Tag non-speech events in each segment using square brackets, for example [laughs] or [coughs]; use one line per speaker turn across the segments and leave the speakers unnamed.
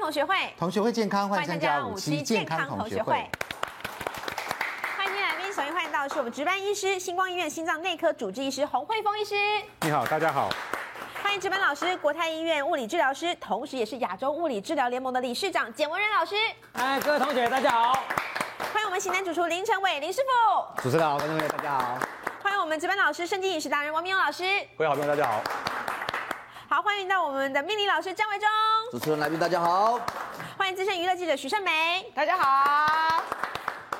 同学会，
同学会健康，欢迎参加五期健康同学会。
欢迎来宾，首先欢迎到是我们值班医师、星光医院心脏内科主治医师洪慧峰医师，
你好，大家好。
欢迎值班老师、国泰医院物理治疗师，同时也是亚洲物理治疗联盟的理事长简文仁老师。
哎，各位同学，大家好。
欢迎我们型男主厨林成伟林师傅，
主持人好，观众朋友大家好。
欢迎我们值班老师、圣经饮食达人王明勇老师。
各位好朋友，大家好。
好，欢迎到我们的命理老师张维忠，
主持人来宾大家好，
欢迎资深娱乐记者许胜梅，大家好。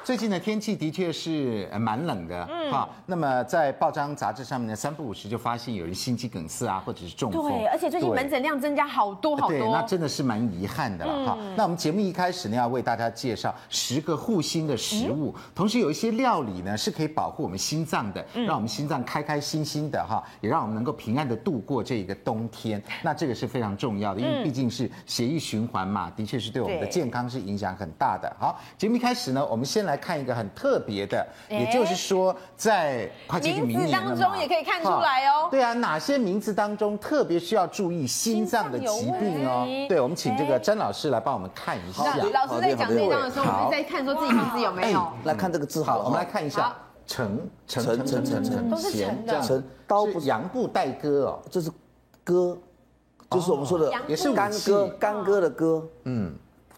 最近的天气的确是呃蛮冷的，哈。那么在报章杂志上面呢，三不五时就发现有人心肌梗塞啊，或者是中风。
对，而呃且最近
对
门诊量增加好多好
对，那
多。嗯
真的是蛮遗憾的了哈、那我们节目一开始呢，要为大家介绍十个护心的食物，
嗯
同时有一些料理呢是可以保护我们心脏的，
嗯
让我们心脏开开心心的哈，也让我们能够平安的度过这个
[laughs]
冬天。那这个是非常重
嗯
要的，因为毕竟是血液循环嘛，的确是对我们的
对
健康是影响很大的。好，节目一开始呢，我们先来看一个很特别的，
哎
也就是说在快接近
名
明
字
年了
当
嘛
中也可以看出
哈
来哦
对啊，哪些名字当中特别需要注意心脏的疾病哦
心脏有问题？
对，我们请这个詹老师来帮我们看一下。
老师在讲这哦一章的时候，我
好
们在看说自己名字有没有。
来看这个字嗯好
好，
了，
我们来看一下
好，
成成
成成成成
都是
贤
成的
这样
成刀不
是杨布带戈哦，
这是歌，就是我们说的
洋
也是武
干
器
戈，干戈的戈，哦嗯，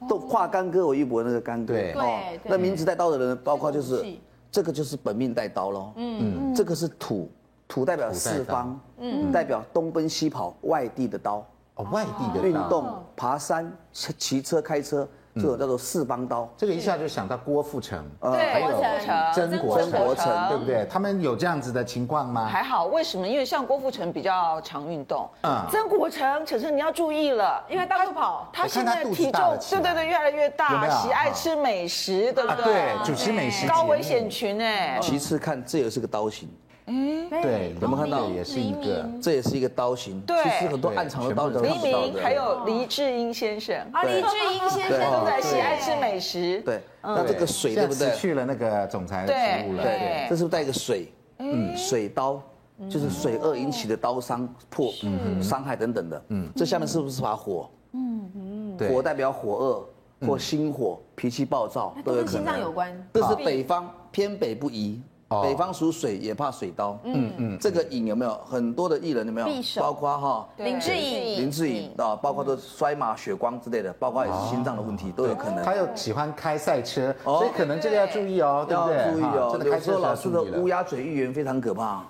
都跨干戈为一搏那个干戈，哦
对
对
对
那名字带刀的人，包括就
这个武
是
器
这个就是本命带刀喽，嗯，这个是土，土代表四方，嗯，代表东奔西跑外地的刀，嗯
哦，外地的
运
刀，
动、爬山、骑骑车、开车，这种叫做四方刀，
这个一下就想到郭富城。
呃
对
还有
郭富城
曾国
曾国
城，
城
对不对？他们有这样子的情况吗？
还好，为什么？因为像郭富城比较常运动，
嗯
曾国城，晨晨你要注意了，因为
到处跑
他
我看
现
他
在
肚子
体
大了
重
起来
对对对越来越
有没
大，
有
喜爱
啊
吃美食，对不
啊，
对？嗯
对，主持美食节目
高危险，群哎，
嗯
其次看这也是个刀型，
对，有没有看到？也是一个，
这也是一个刀型，
对
其实很多暗藏的刀你都
黎
看不到
明
的，
还有黎智英先生，
啊，
对
黎智英先生
对
对不对？
对
喜爱吃美食，
对，
嗯
那这个水
现在
对不
辞
对？
去了那个总裁的职务了，
对
对，这是不是带一个水？
哎
嗯，水刀
嗯
就是水恶引起的刀伤、破、伤害等等的。嗯，这下面是不是把火？
对
火代表火恶或心火、脾气暴躁
那
都
哎都
有
跟
可
心
能
脏。有关。
这是北方偏北不宜，
哦
北方属水也怕水刀。嗯嗯，这个引有没有很多的艺人有没有
匕？首
包括哈。
对
林志颖，
林志颖
嗯
啊，包括都摔马、血光之类的，包括也是心脏的问题，都有可能。
他又喜欢开赛车，
哦
所以可能这个要注意哦，对不
要
对？
注意
哈
哦，
真的
有
开
时
车
候
是要
老师的
注意
乌
了。
鸦嘴预言非常可怕。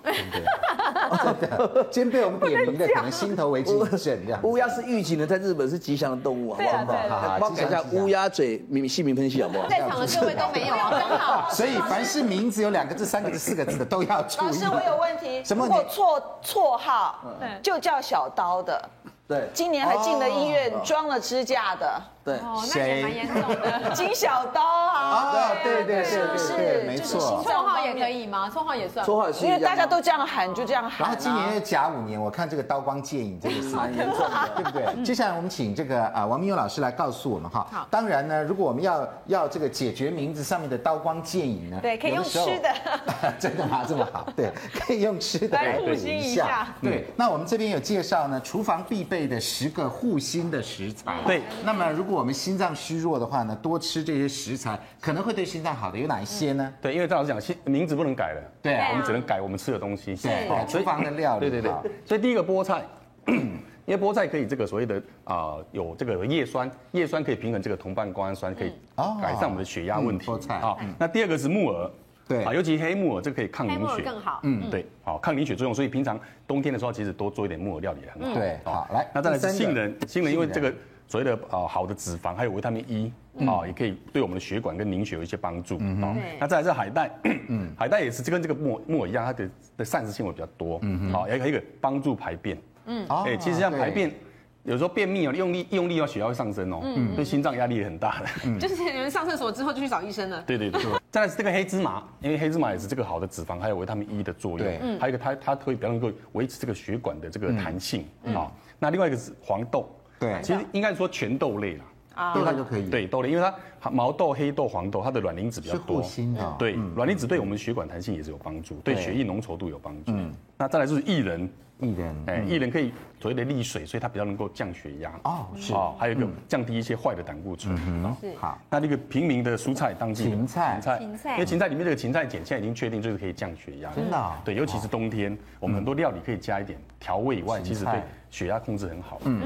今天被我们点名的，可能心头为之一震，这样子。
乌鸦是预警的，在日本是吉祥的动物，好不好？
对啊对啊
帮我改一下乌鸦嘴明姓名分析，好不好？
在场的各位都没有，啊刚 [laughs] 好。
所以凡是名字有两个字、三个字、四个字的都要注意。
老师，我有问题。
什么
如
问题嗯
果错绰号，就叫小刀的。
对
今年还进了医
哦
院装了支架的，
对，
哦，那也蛮严重的。
金小刀啊。
啊，对对
是
对
不
对
是
对，没
[laughs]
就是心
错。
脏
绰号
方
也
面
可以吗？绰号也算吗。
说话也是一
因
样啊
为大家都这样喊，就这样喊、
然
啊。
后今年又甲午年，我看这个刀光剑影真的
哎
是蛮严重的，对不
嗯
对？接下来我们请这个啊王明勇老师来告诉我们哈
好。
当然呢，如果我们要要这个解决名字上面的刀光剑影呢，
对可以
有
用
时候
吃的。
[laughs] 真的吗？这么
[laughs]
好？对，可以用吃的
来
补
护心一下。
对，那我们这边有介绍呢，厨房必备的十个护心的食材。
对，
那么如果我们心脏虚弱的话呢，多吃这些食材可能会对心脏好的有哪一些呢？
对，因为张老师讲，姓名字不能改了，
对啊
我们只能改我们吃的东西，
嗯
对改
哦所以
哎厨房的料理
对对对
好，
所以第一个菠菜。 [clears throat] 因为菠菜可以这个所谓的啊、呃有这个叶酸，叶酸可以平衡这个同伴胱氨酸，可以
哦
改善我们的血压问题。
嗯菠菜
好，那第二个是木耳，
对
啊，尤其黑木耳这个可以抗
黑
凝
木耳
血，
更好
嗯，对，好抗凝血作用，所以平常冬天的时候其实多做一点木耳料理也很
嗯
好。
对好来
那再来
第
是
三个
杏仁，杏仁因为
杏仁
这个所谓的呃好的脂肪还有维他命 E
嗯
啊、也可以对我们的血管跟凝血有一些帮助啊、哦
对
那再来是海带，
嗯
[coughs] 海带也是跟这个木耳木耳一样，它的的膳食纤维比较多，
嗯
啊好、也可以帮助排便。
哦
哎、其实像
对
排
嗯
便。有时候便秘哦，用力用力哦，血压会上升哦，对心脏压力也很大的。
就是你们上厕所之后就去找医生了。
对对对。再来是这个黑芝麻，因为黑芝麻也是这个好的脂肪，还有维他命 E 的作用
对。
还有一个它它可以比较能够维持这个血管的这个弹性啊。那另外一个是黄豆，
嗯对嗯
其实应该说全豆类啦。
豆类就可以。，
对豆类，因为它毛豆、黑豆、黄豆，它的卵磷脂比较
是护
多。嗯
心的哦嗯
对，卵磷脂对我们血管弹性也是有帮助，对血液浓稠度有帮助。那再来就是薏仁，
薏仁，
哎，薏仁可以所谓的利水，所以它比较能够降血压。
嗯哦是嗯
哦，还有一个降低一些坏的胆固醇。
是
好，
那那个平民的蔬菜当季的
芹菜
芹菜，
芹菜
因为芹菜里面这个芹菜碱现在已经确定就是可以降血压，
真的哦
对，尤其是冬天，我们很多料理可以加一点调味以外，
芹菜
其实对血压控制很好。嗯，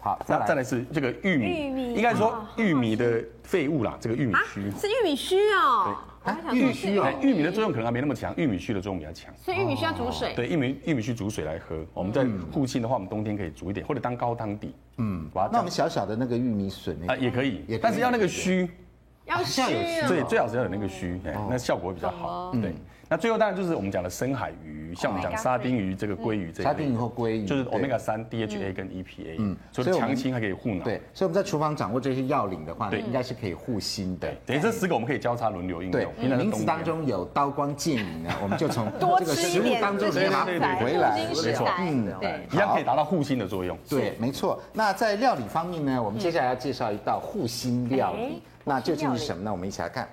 好，再
那
来
再来是这个玉米，
玉米
应该说
哦
玉米的废物啦，这个玉米
啊
须，。
是玉米须哦，我还想说
玉米
是
须哦
哎玉米的作用可能还没那么强，玉米须的作用比较强。
所以玉米需要煮水。
哦
对，玉米玉米须煮水来喝。我们在户庆的话，我们冬天可以煮一点，或者当高汤底
嗯，那我们小小的那个玉米笋那
啊，
个，
也可以
也可以，
但是要那个须。
要
需要有
需
啊
哦
对，最好是要有那个须，哎那效果会比较好。对，
嗯
那最后当然就是我们讲的深海鱼，像我们讲沙丁鱼、这个鲑鱼这一类
沙
的
丁鱼或鲑鱼，
就是
对
omega 三、DHA 跟 EPA，嗯，所以
所以我们
强心还可以护脑。
对，所以我们在厨房掌握这些要领的话，
对
应该是可以护心的
对。，等于这十个我们可以交叉轮流应
对
用，。平常在
名字
冬
当
天
中有刀光剑影呢，我们就从
多
这个
吃一
食物
点
当中
这
直
些
接把
食
它
材
补回来
金，
没
食
错，
材，
嗯，
对，
一样可以达到护心的作用。
对，没错。那在料理方面呢，我们接下来要介绍一道护心料
哎护
理
心，
那究竟
料
是
理
什么呢？我们一起来看。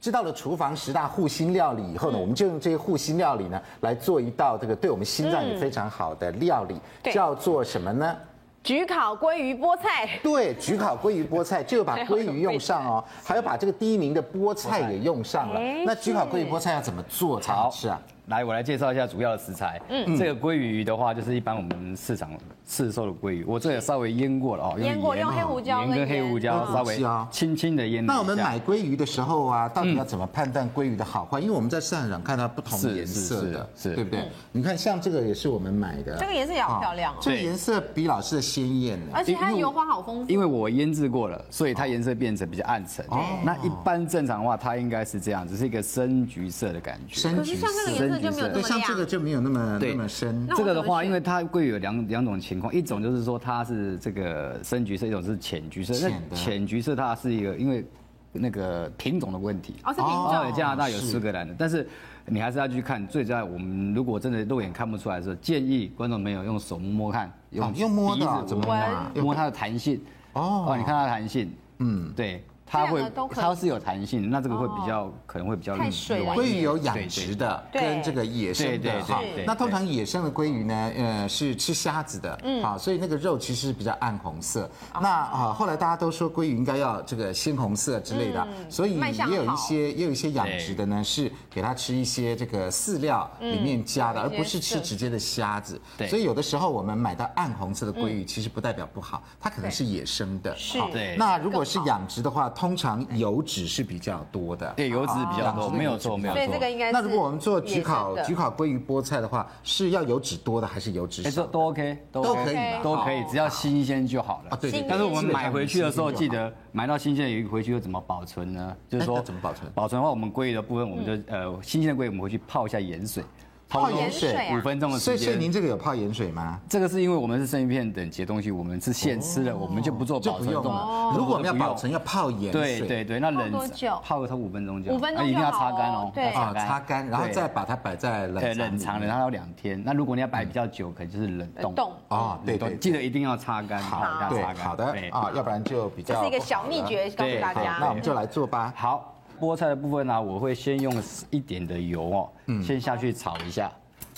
知道了厨房十大护心料理以后
嗯
呢，我们就用这些护心料理呢来做一道这个对我们心脏也非常好的料理，
对
叫做什么呢？
焗烤鲑鱼菠菜，
对，焗烤鲑鱼
[laughs]
菠菜就把鲑鱼用上哦，还要把这个第一名的菠菜也用上了
哎。
那焗烤鲑鱼菠菜要怎么做才好吃啊？
来，我来介绍一下主要的食材。嗯，这个鲑鱼的话，就是一般我们市场市售的鲑鱼，我这也稍微腌过了哦，
腌过用黑胡椒
盐跟黑胡椒
嗯
稍
是
微
啊
轻轻的腌了一下。
那我们买鲑鱼的时候
嗯
啊，到底要怎么判断鲑鱼的好坏？因为我们在市场上看到不同
是
颜色的，
是是是
对
嗯
不对？你看，像这个也是我们买的，
这个颜色也好漂亮哦
啊这个颜色比老师的鲜艳啊呢。
而且它油花好丰富。
因为我腌制过了，所以它颜色变成比较暗沉。
哦
那一般正常的话，它应该是这样，只是一个深橘色的感觉。
深
可是
橘
像这
色
个，颜色就没有
对，
那么
像这个
亮。
就没有那么
对
那么深
那。我
这个的
怎么
话，
选
因为它会有两两种情况，一种就是说它是这个深橘色，一种是浅橘色。
浅的
那浅橘色它是一个因为那个品种的问题。
哦，是品
哦
种。
当然，加拿大有
是
苏格兰的，但是你还是要去看。最在我们如果真的肉眼看不出来的时候，建议观众朋友用手摸摸看，
哦用摸的啊
鼻子
怎么摸啊
摸它的弹性。
哦
哦，你看它的弹性，嗯，对，它
这
会
两个都可以哦
它是有弹性，那这个会比较可能会比较
太水了
软
鲑鱼有养殖的
对对
跟这个野生
对
的
对
哈
对对，
那通常野生的鲑鱼呢，呃，是吃虾子的，好，所以那个肉其实是比较暗红色。那啊，后来大家都说鲑鱼应该要这个鲜红色之类的，所以
卖相
也有
好
一些也有一些养殖的呢，是给它吃一些这个饲料里面加的，而不是吃直接的虾子。
对
所以有的时候我们买到暗红色的鲑鱼，其实不代表不好，它可能是野生的。
是
好
对
那如果是养殖的话，通常油脂是比较多的。
对油脂比
哦
较多，没有错，没有
所以这个
错。
应该是。
那如果我们做焗烤
野生的
焗烤鲑鱼菠菜的话，是要油脂多的还是油脂
哎，
少
这
的？哦
都 OK，都
都
OK，
可以嘛
都可以，只要新鲜就好
啊，
了。
对对。对
但是我们买回去的时候，记。
基本上是新鲜就好
得买到新鲜的鱼回去又怎么保存呢？就是
哎
说
那怎么保存嗯
保存的话，我们鲑鱼的部分，我们就呃新鲜的鲑鱼，我们回去泡一下盐水，
泡盐水
泡盐水啊
五分钟的
所
时
哦以，所以
间。
您这个有泡盐水吗？
这个是因为我们是生鱼片等级的东西，我们是现吃的，我们就不做
哦就
哦保
不
存
用
动
哦
了。
作
如果我们要
不用
保存，要泡盐水，
对对对，那冷
泡多久
泡个它五分钟就好，
五分钟
啊一定要
就好
擦
哦
干哦，
对
要
啊，擦干，然后
对
再把它摆在冷
呃
藏
冷藏
里
的，
面。
它要两天。那如果你要摆比较久，可能就是冷冻。
冻
哦，对对，
冷冻
对
记得一定要擦干，一定要
对
擦干
好的
嗯对
啊，要不然就比
这
较
是一个
不好
小
了
秘。诀，告诉
对
大
好，
家。
那我们就来做吧。
好，菠菜的部分呢、我会先用一点的油哦，
嗯
先下去炒一下。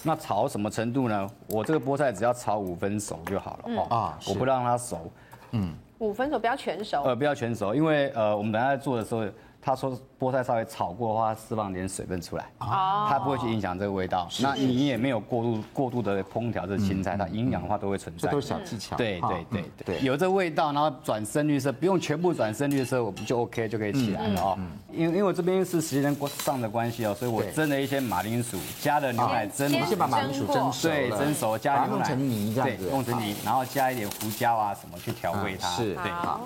那炒什么程度呢？我这个菠菜只要炒五分熟就好了哦，
啊是
我不让它熟，
五分熟不要全熟，
呃，不要全熟，因为呃，我们等下在做的时候，他说菠菜稍微炒过的话，释放点水分出来，哦，
啊
它不会去影响这个味道。那你也没有过度过度的烹调这青菜，它营养的话都会存
嗯这
在。
都是小技巧。
对
哈
对对
嗯
对，有这味道，然后转深绿色，不用全部转深绿色，我们就 OK 就可以起来了哦。
嗯
因为因为我这边是时间上的关系哦，所以我
对
蒸了一些马铃薯，加了牛奶蒸
我
嘛
们，先把马铃薯蒸熟了，
对，蒸熟
把
加
它
牛
弄
奶，
成泥这样子，
对，弄成
啊
泥，然后加一点胡椒啊什么去调味它。
啊是
对。
好，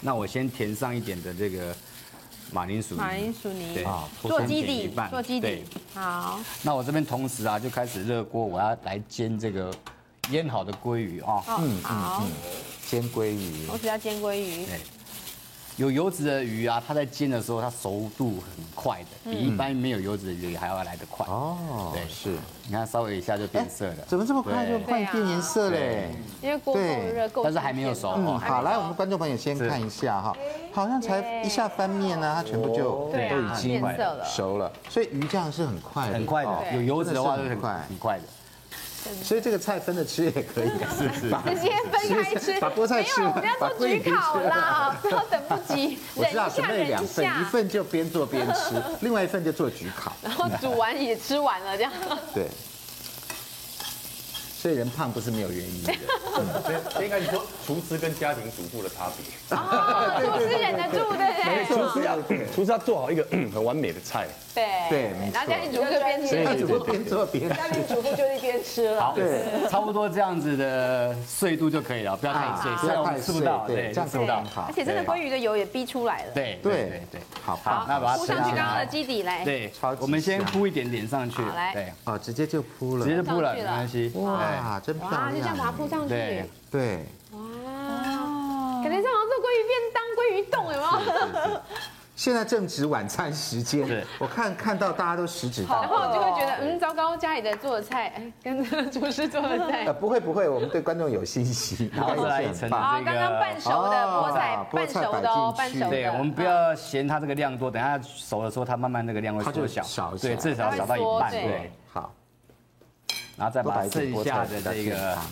那我先填上一点的这个马铃薯泥，
马铃薯泥
对
啊
做基
先点一
底
半，
做基
对
底，好，
那我这边同时啊，就开始热锅，我要来煎这个腌好的鲑鱼啊、
哦，好，
煎鲑鱼
我只要煎鲑鱼，
对，有油脂的鱼啊，它在煎的时候它熟度很快的，比一般没有油脂的鱼还要来得快。
哦，
对
是，
你看稍微一下就变色了，
怎么这么快就
对
换变颜色嘞
对？
因为锅够热够，
但是还没有熟。
嗯，
哦，
好，来，我们观众朋友先看一下哈，好像才一下翻面呢，它全部就
哎对
哦都
啊
已经
变色了
熟了，所以鱼这样是很快的，哦
很快的，有油脂的话就是很快很快的。
所以这个菜分着吃也可以，是是。
直接分开
[laughs]
吃，
把菠菜吃
没有，
完
我们要
把
做
桂林
菊
吃
烤啦， [laughs] 不要等不及，
[laughs] 我
忍
知道
一
准
下，
备
忍
两
一
份，一
下，
份就边做边
[laughs]
吃，另外一份就做焗烤。
然后煮完也吃完了，这样。
对，所以人胖不是没有原因的。
所以应该你说厨师跟家庭主妇的差别。
哦，厨师忍得住，对不
[laughs]
对？
厨师要厨师要做好一个 [clears throat] 很完美的菜，
对
对没错
然后家庭主妇就边
所
吃
以， [laughs] 只不过边做边吃
家庭主妇就一边吃了。
好，差不多这样子的碎度就可以了，不要太碎，虽然我们吃不到，
对，
对，
这样子
吃不到
很。好
而。且真的鲑鱼的油也逼出来了。
对对
对
对对。
好
好，
棒，
那把它
铺
盛
上去
起
刚刚的
来。
基底来，
啊对
超级，
我们先
香
铺一点点上去
好来，
对，
哦，直接就铺了，
直接就铺哎了，没
上去了
关系。
哇，真漂
哇，就这样把它
亮。
铺上去
对，
对，
哇，感觉像好像做鲑鱼便当、鲑鱼冻，有没有？
现在正值晚餐时间
对，
我看看到大家都食指大
然后
动。
我就会觉得，嗯，糟糕，家里的做的菜，哎，跟这个厨师做的菜
呃，，不会不会，我们对观众有信
[laughs]
心，
然后再来一层
棒。
好，
这个
刚刚半熟的菠菜
哦，
半熟的哦，
菠菜摆
半
进去
熟的。
对，我们不要嫌它这个量多，等它熟的时候，它慢慢那个量会
它就
缩小，
少
对，
小
至少小到一半，
它会缩
对，
好，
然后再
多
把
摆一点
剩
菠
下
菜
的
比较
这
健
个
康，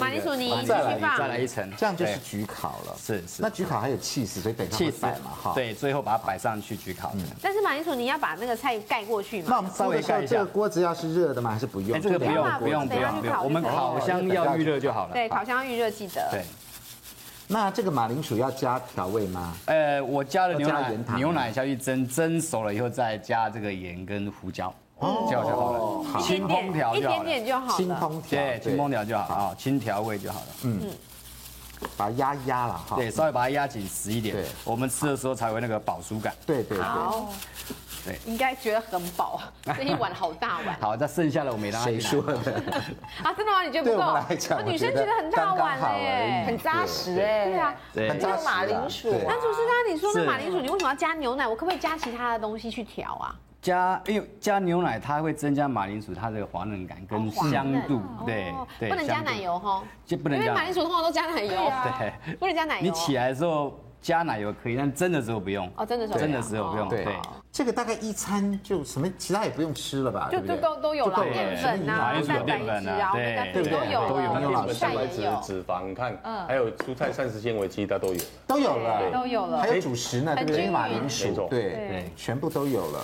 马铃薯泥继续
再来一
放
再，来一层，
这样就是
对
焗烤了。
是是
那焗烤还有气势，所以等一下
气
会
死
摆嘛哈。。
对，最后把它摆上去焗烤的。
嗯
但是马铃薯你要把那个菜盖过去嘛
那。我们铺的时
稍微
候，
盖一
这
下
个锅子要是热的吗？还是不
哎，
用？
这个
就
不
两
用
吧
不用不
不用
用不用，我们
等一下
烤箱要预热就好了。
对，烤箱预热记得。
对，
那这个马铃薯要加调味吗？
呃，我加了牛
要加
奶
盐糖吗
牛奶下去蒸，蒸熟了以后再加这个盐跟胡椒，调就好了，
一
轻
点
烹调
点，一
就好了。
点点就好
清
了。
烹调，
对，轻烹，调就好了啊，轻调味就好了。
把它压一压了哈。
对，稍微把它压紧实一点
对，
我们吃的时候才有那个饱足感。
对对对，
好，
对
应该觉得很饱，这一碗好大 [laughs] 碗
好，那剩下的我没让它
谁
去拿
说的？
啊！真的吗？你觉得
对
不
我
够？
们来讲，
哦
我
女生
觉
觉得很大
刚
碗
刚好而
哎
已，
很扎实哎，
对啊，
对
很扎实啊
这个马铃薯
对
啊
那厨师刚刚你说那
是
马铃薯，你为什么要加牛奶？我可不可以加其他的东西去调啊？
加，因为加牛奶它会增加马铃薯它的滑嫩感跟香度，对
哦
对，
不能加
香度
奶，油哈，
就不
因
能
为
加
马铃
奶。
薯通常都加奶油，
对，
不能加奶油。啊
你起来的时候加奶油可以，但蒸的时候不用。
哦，真的是
蒸的时候不用，
对
对。，
这个大概一餐就什么，其他也不用吃了吧？
就
对不
就
对？
都都有了，
就够了
淀粉啊
马铃，薯
蛋
有
白
淀
质
粉
啊
啊，
omega
对
3都哦有
都有
了，
牛
基
奶
本
蔬菜
蛋白
也
质
有、
脂肪，你看，还有蔬菜、膳食纤维，其实它都有。
都有了，
啊都有了
还有主食呢，对不
均
对？
匀
马铃
没
薯
错，
对
对，
全部都有了。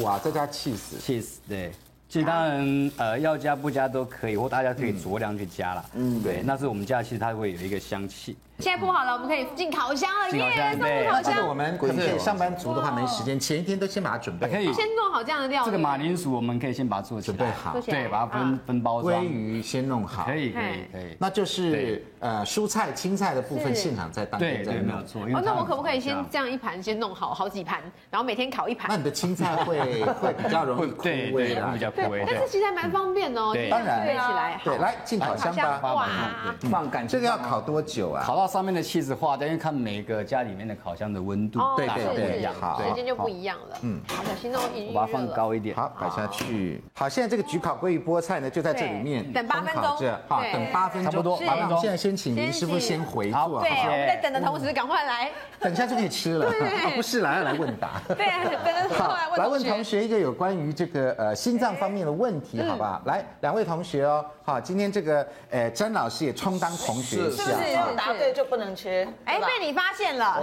哇，再加 cheese，
cheese 对。其实当然，呃，要加不加都可以，或大家可以酌量去加啦。嗯，对，那是我们加，其实它会有一个香气。
现在铺好了，我们可以进烤箱了，
进烤箱
耶！送入
对
烤
啊这个
箱，
我们可能上班族的话没时间，前一天都先把它准备好，
可以，
先弄好这样的料理。
这个马铃薯我们可以先把它做起
准
来，
备好
做，起来
对，把它分
啊
分包
鲑
装。
鱼先弄好，
可以，可以
嘿，
可以。
那就是
对
呃蔬菜青菜的部分
是
现场再当
对
天再
对，没有
弄。
错。因为
哦，
它
那我可不可以
很
先
香
这样一盘先弄好好几盘，然后每天烤一
那
盘？
你的青菜会会比较容易
会
枯
[laughs] 对对
萎啊
会比较枯
对，
萎
但是其实还蛮方便哦，
对
就这
当
样
然
备起来。
对，来进烤箱吧。
哇，
[laughs] 放感
这
情
个要烤多久啊？
烤到上面的气质化掉，因为看每个家里面的烤箱的温度
哦
对
大
对
小不
对
一样，
好
时间就不一样了。嗯，好，小心弄已经
我
预
把
热
它放
了。
高一点。
好，摆下去。好，现在这个焗烤鲑鱼菠菜呢，就在这里面
对等八分钟
烘烤着好，
对
等八分钟。
差不多
好那
八分
我
钟
们现在先请林师傅先回
好
做，
对，
谢谢
我们在等的同时，赶快来。
等一下就可以吃了。 [laughs] 哦不是，来来问答。
对，等的时候
好
来，问
来
同
问同
学。
学一个有关于这个呃心脏方面的问题，好不好？来，两位同学哦，好，今天这个呃詹老师也充当同学一
是
下
是不是只，有答对就不能吃？
哎，
对吧
被你发现了。
哎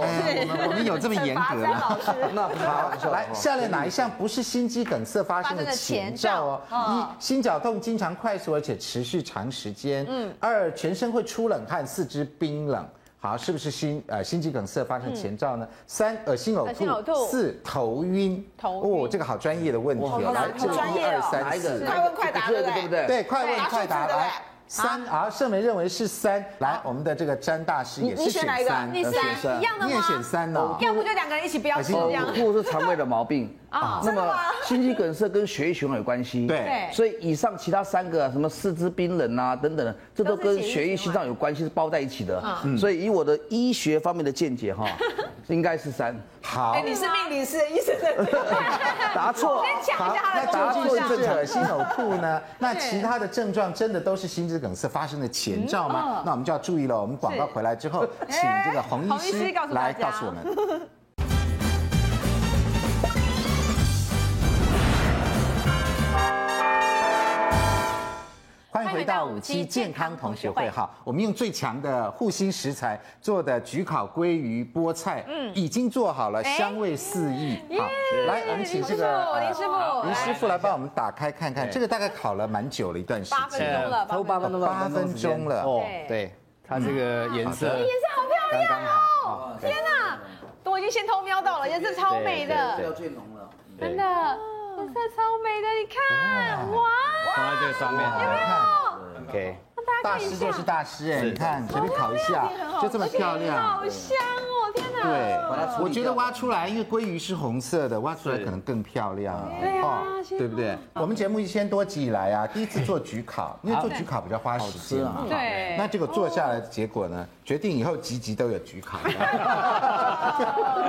我们我们有这么严格
惩罚
吗？
詹老师。
那不是开玩笑
好，
的
来，
哦
下列哪一项不是心肌梗塞发生的前兆哦？一、心绞痛经常快速而且持续长时间。嗯。二、全身会出冷汗，四肢冰冷。好，是不是心呃心肌梗塞发生前兆呢？三、恶心呕
恶
吐。
心呕吐
四、头晕。
头晕
哦，这个好专业的问题哦。
好
来，这个
专
一
业哦
二
哪
三
一个？
四。
快问快答
对
对
对
不
不对？
对，快问
拿
快答
数字的
来
嘞。
三啊，盛梅认为是三，来，我们的这个詹大师也
你
是
你
选
选哪一个
三，
你是
选三
一样的
你
吗？
也选三哦呢？
要不就两个人一起不要吃这样
呕。吐是肠胃的毛病啊。那么心肌梗塞跟血液循环有关系。
对
对
所以以上其他三个啊什么四肢冰冷啊等等的，这都
都
跟
是血液
血液
循
心
环
脏有关系，是包在一起的。所以以我的医学方面的见解哈，应该是三，
好
哎，，你是命理师，医生的。
答错。
讲
好，
一下他的
那
答
究竟
案是
是
正常
恶心呕吐呢？那其他的症状真的都是心肌梗塞发生的前兆吗？那我们就要注意了。我们广告回来之后，请这个洪医
洪医
师
师告诉大
来
家
告诉我们。欢迎回到五期健康同学会哈，我们用最强的护心食材做的焗烤鲑鱼菠菜，嗯，已经做好了，香味四溢。好，来，我们请这个呃
林师傅，
林师傅来帮我们打开看看，这个大概烤了蛮久了一段时
八分
间，
钟了，
超过八分钟到
八分钟了。
哦，对，它这个颜色，
刚刚好。
天哪，
我已经先偷瞄到了，颜色超美的，
要最浓了。
真的，颜色超美的，你看，哇，
放在这上面啊
有没有？
，OK，
大师就是大师哎，你看随便烤一下，就这么漂亮。
好香哦，天哪！
对
把它处理，掉
我觉得挖出来，因为鲑鱼是红色的，挖出来可能更漂亮。
对啊
哦
先
对不对？我们节目一千多集以来啊，第一次做焗烤，因为做焗烤比较花时间嘛。
对
那这个做下来的结果呢，决定以后集集都有焗烤。 [laughs]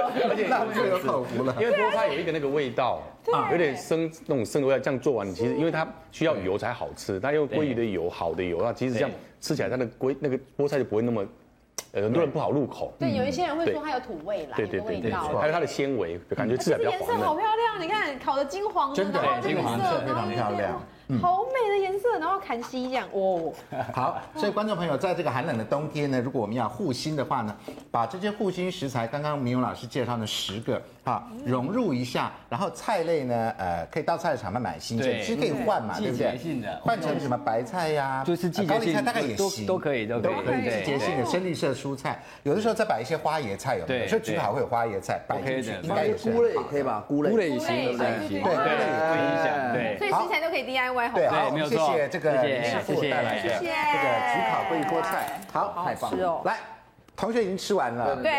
而且
那我们就有口福了。
因为菠菜有一个那个味道，啊，有点生那种生的味道。这样做完，其实因为它需要油才好吃，它用鲑鱼的油，好的油，那其实这样吃起来，它的鲑那个菠菜就不会那么，呃，很多人不好入口。
对，有一些人会说
对
它有土味啦，
对对
有个
对
味
对，
道。
还有它的纤维，感觉吃起来
这
啊比较
嗯颜色
滑
好
嫩。
漂亮，你看烤的金黄的，
真的
然后这个
金黄
色
色，
非常漂亮。
好美的颜色，然后砍西这样，哦，
好，所以观众朋友，在这个寒冷的冬天呢，如果我们要护心的话呢，把这些护心食材，刚刚明勇老师介绍的十个啊，
嗯
融入一下，然后菜类呢，呃，可以到菜市场卖买新鲜，
对
其实可以换嘛，
嗯
对不对？
季节性的
换成什么白菜呀，呃
就是季
啊
节性
高丽菜大概也
都
行，
都可以
都
都
可
可以
以，
对
季节性的深绿色蔬菜，有的时候再摆一些花椰菜，有没有？
对
所以焗烤
对
会有花椰菜摆进
OK
去
的，
应该也是
菇类也可以吧？菇类。
菇类也行，对不对？
对
对，不影响，
哎
所
对，
以食材都可以 DIY 好
对，啊
吗？
好，
对
我们
没有
谢
错
谢这个
谢谢
林师傅
谢谢
带来的这
谢
个
谢
焗烤桂菠菜，好，
太棒了
是哦
来，同学已经吃完了，
对，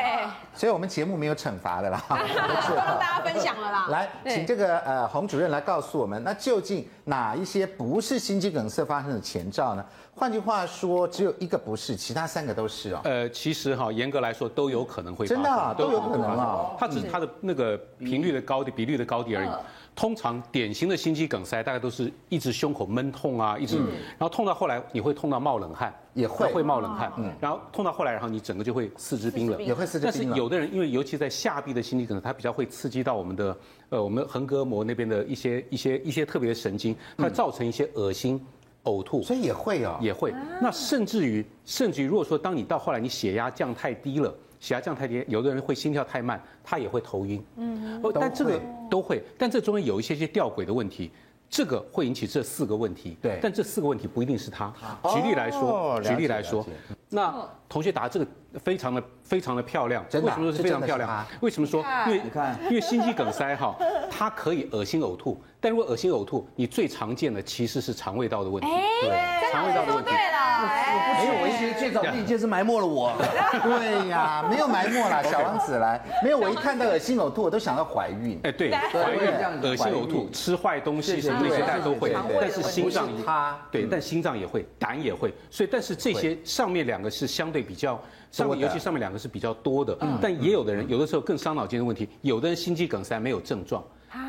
所以我们节目没有惩罚的啦。
跟大家分享了啦。
[laughs] 来，请这个呃洪主任来告诉我们，那究竟哪一些不是心肌梗塞发生的前兆呢？换句话说，只有一个不是，其他三个都是哦。
呃，其实哈，严格来说都有可能会发
真
生，
的啊都有
发
可能
生
啊
它只是它的那个频率的高低、比率的高低而已。通常典型的心肌梗塞大概都是一直胸口闷痛啊，一直，然后痛到后来你会痛到冒冷汗，
嗯也会
会冒冷汗，然后痛到后来，然后你整个就会四肢冰冷，
也会四肢
但是
冰冷
有的人因为尤其在下臂的心肌梗塞，它比较会刺激到我们的呃我们横膈膜那边的一些一些一些特别的神经，
嗯
它会造成一些恶心、呕吐，
所以也会哦，
也会。那甚至于，甚至于，如果说当你到后来你血压降太低了，血压降太低，有的人会心跳太慢，他也会头晕。嗯，哦，但这个都会，但这中间有一些些吊诡的问题。这个会引起这四个问题，
对
但这四个问题不一定是他。举例来说，
哦
举例
了解
来说
了解，
那同学答这个非常的非常的漂亮，
真的啊
为什么说是非常漂
这真的
亮
是？
为什么说？因为
你看
因为心肌梗塞哈，它可以恶心呕吐，但如果恶心呕吐，你最常见的其实是肠胃道的问题。
哎，
肠胃道的问题。
哎
[laughs]
没有，我一直最早第一件是埋没了我。
对呀，没有埋没
[laughs]
啦，小王子来，没有，我一看到恶心呕吐，我都想到怀孕。
哎，对，
对
怀
会这样
孕、
子
恶心、
怀孕
呕吐、吃坏东西什么那
对
些，大家都
对
会
对对。
但是心脏
不是他嗯
对，但心脏也会，胆也会。所以，但是这些上面两个是相对比较，上
多
面
的
尤其上面两个是比较多的。
嗯
但也有的人有的时候更伤脑筋的问题，有的人心肌梗塞没有症状，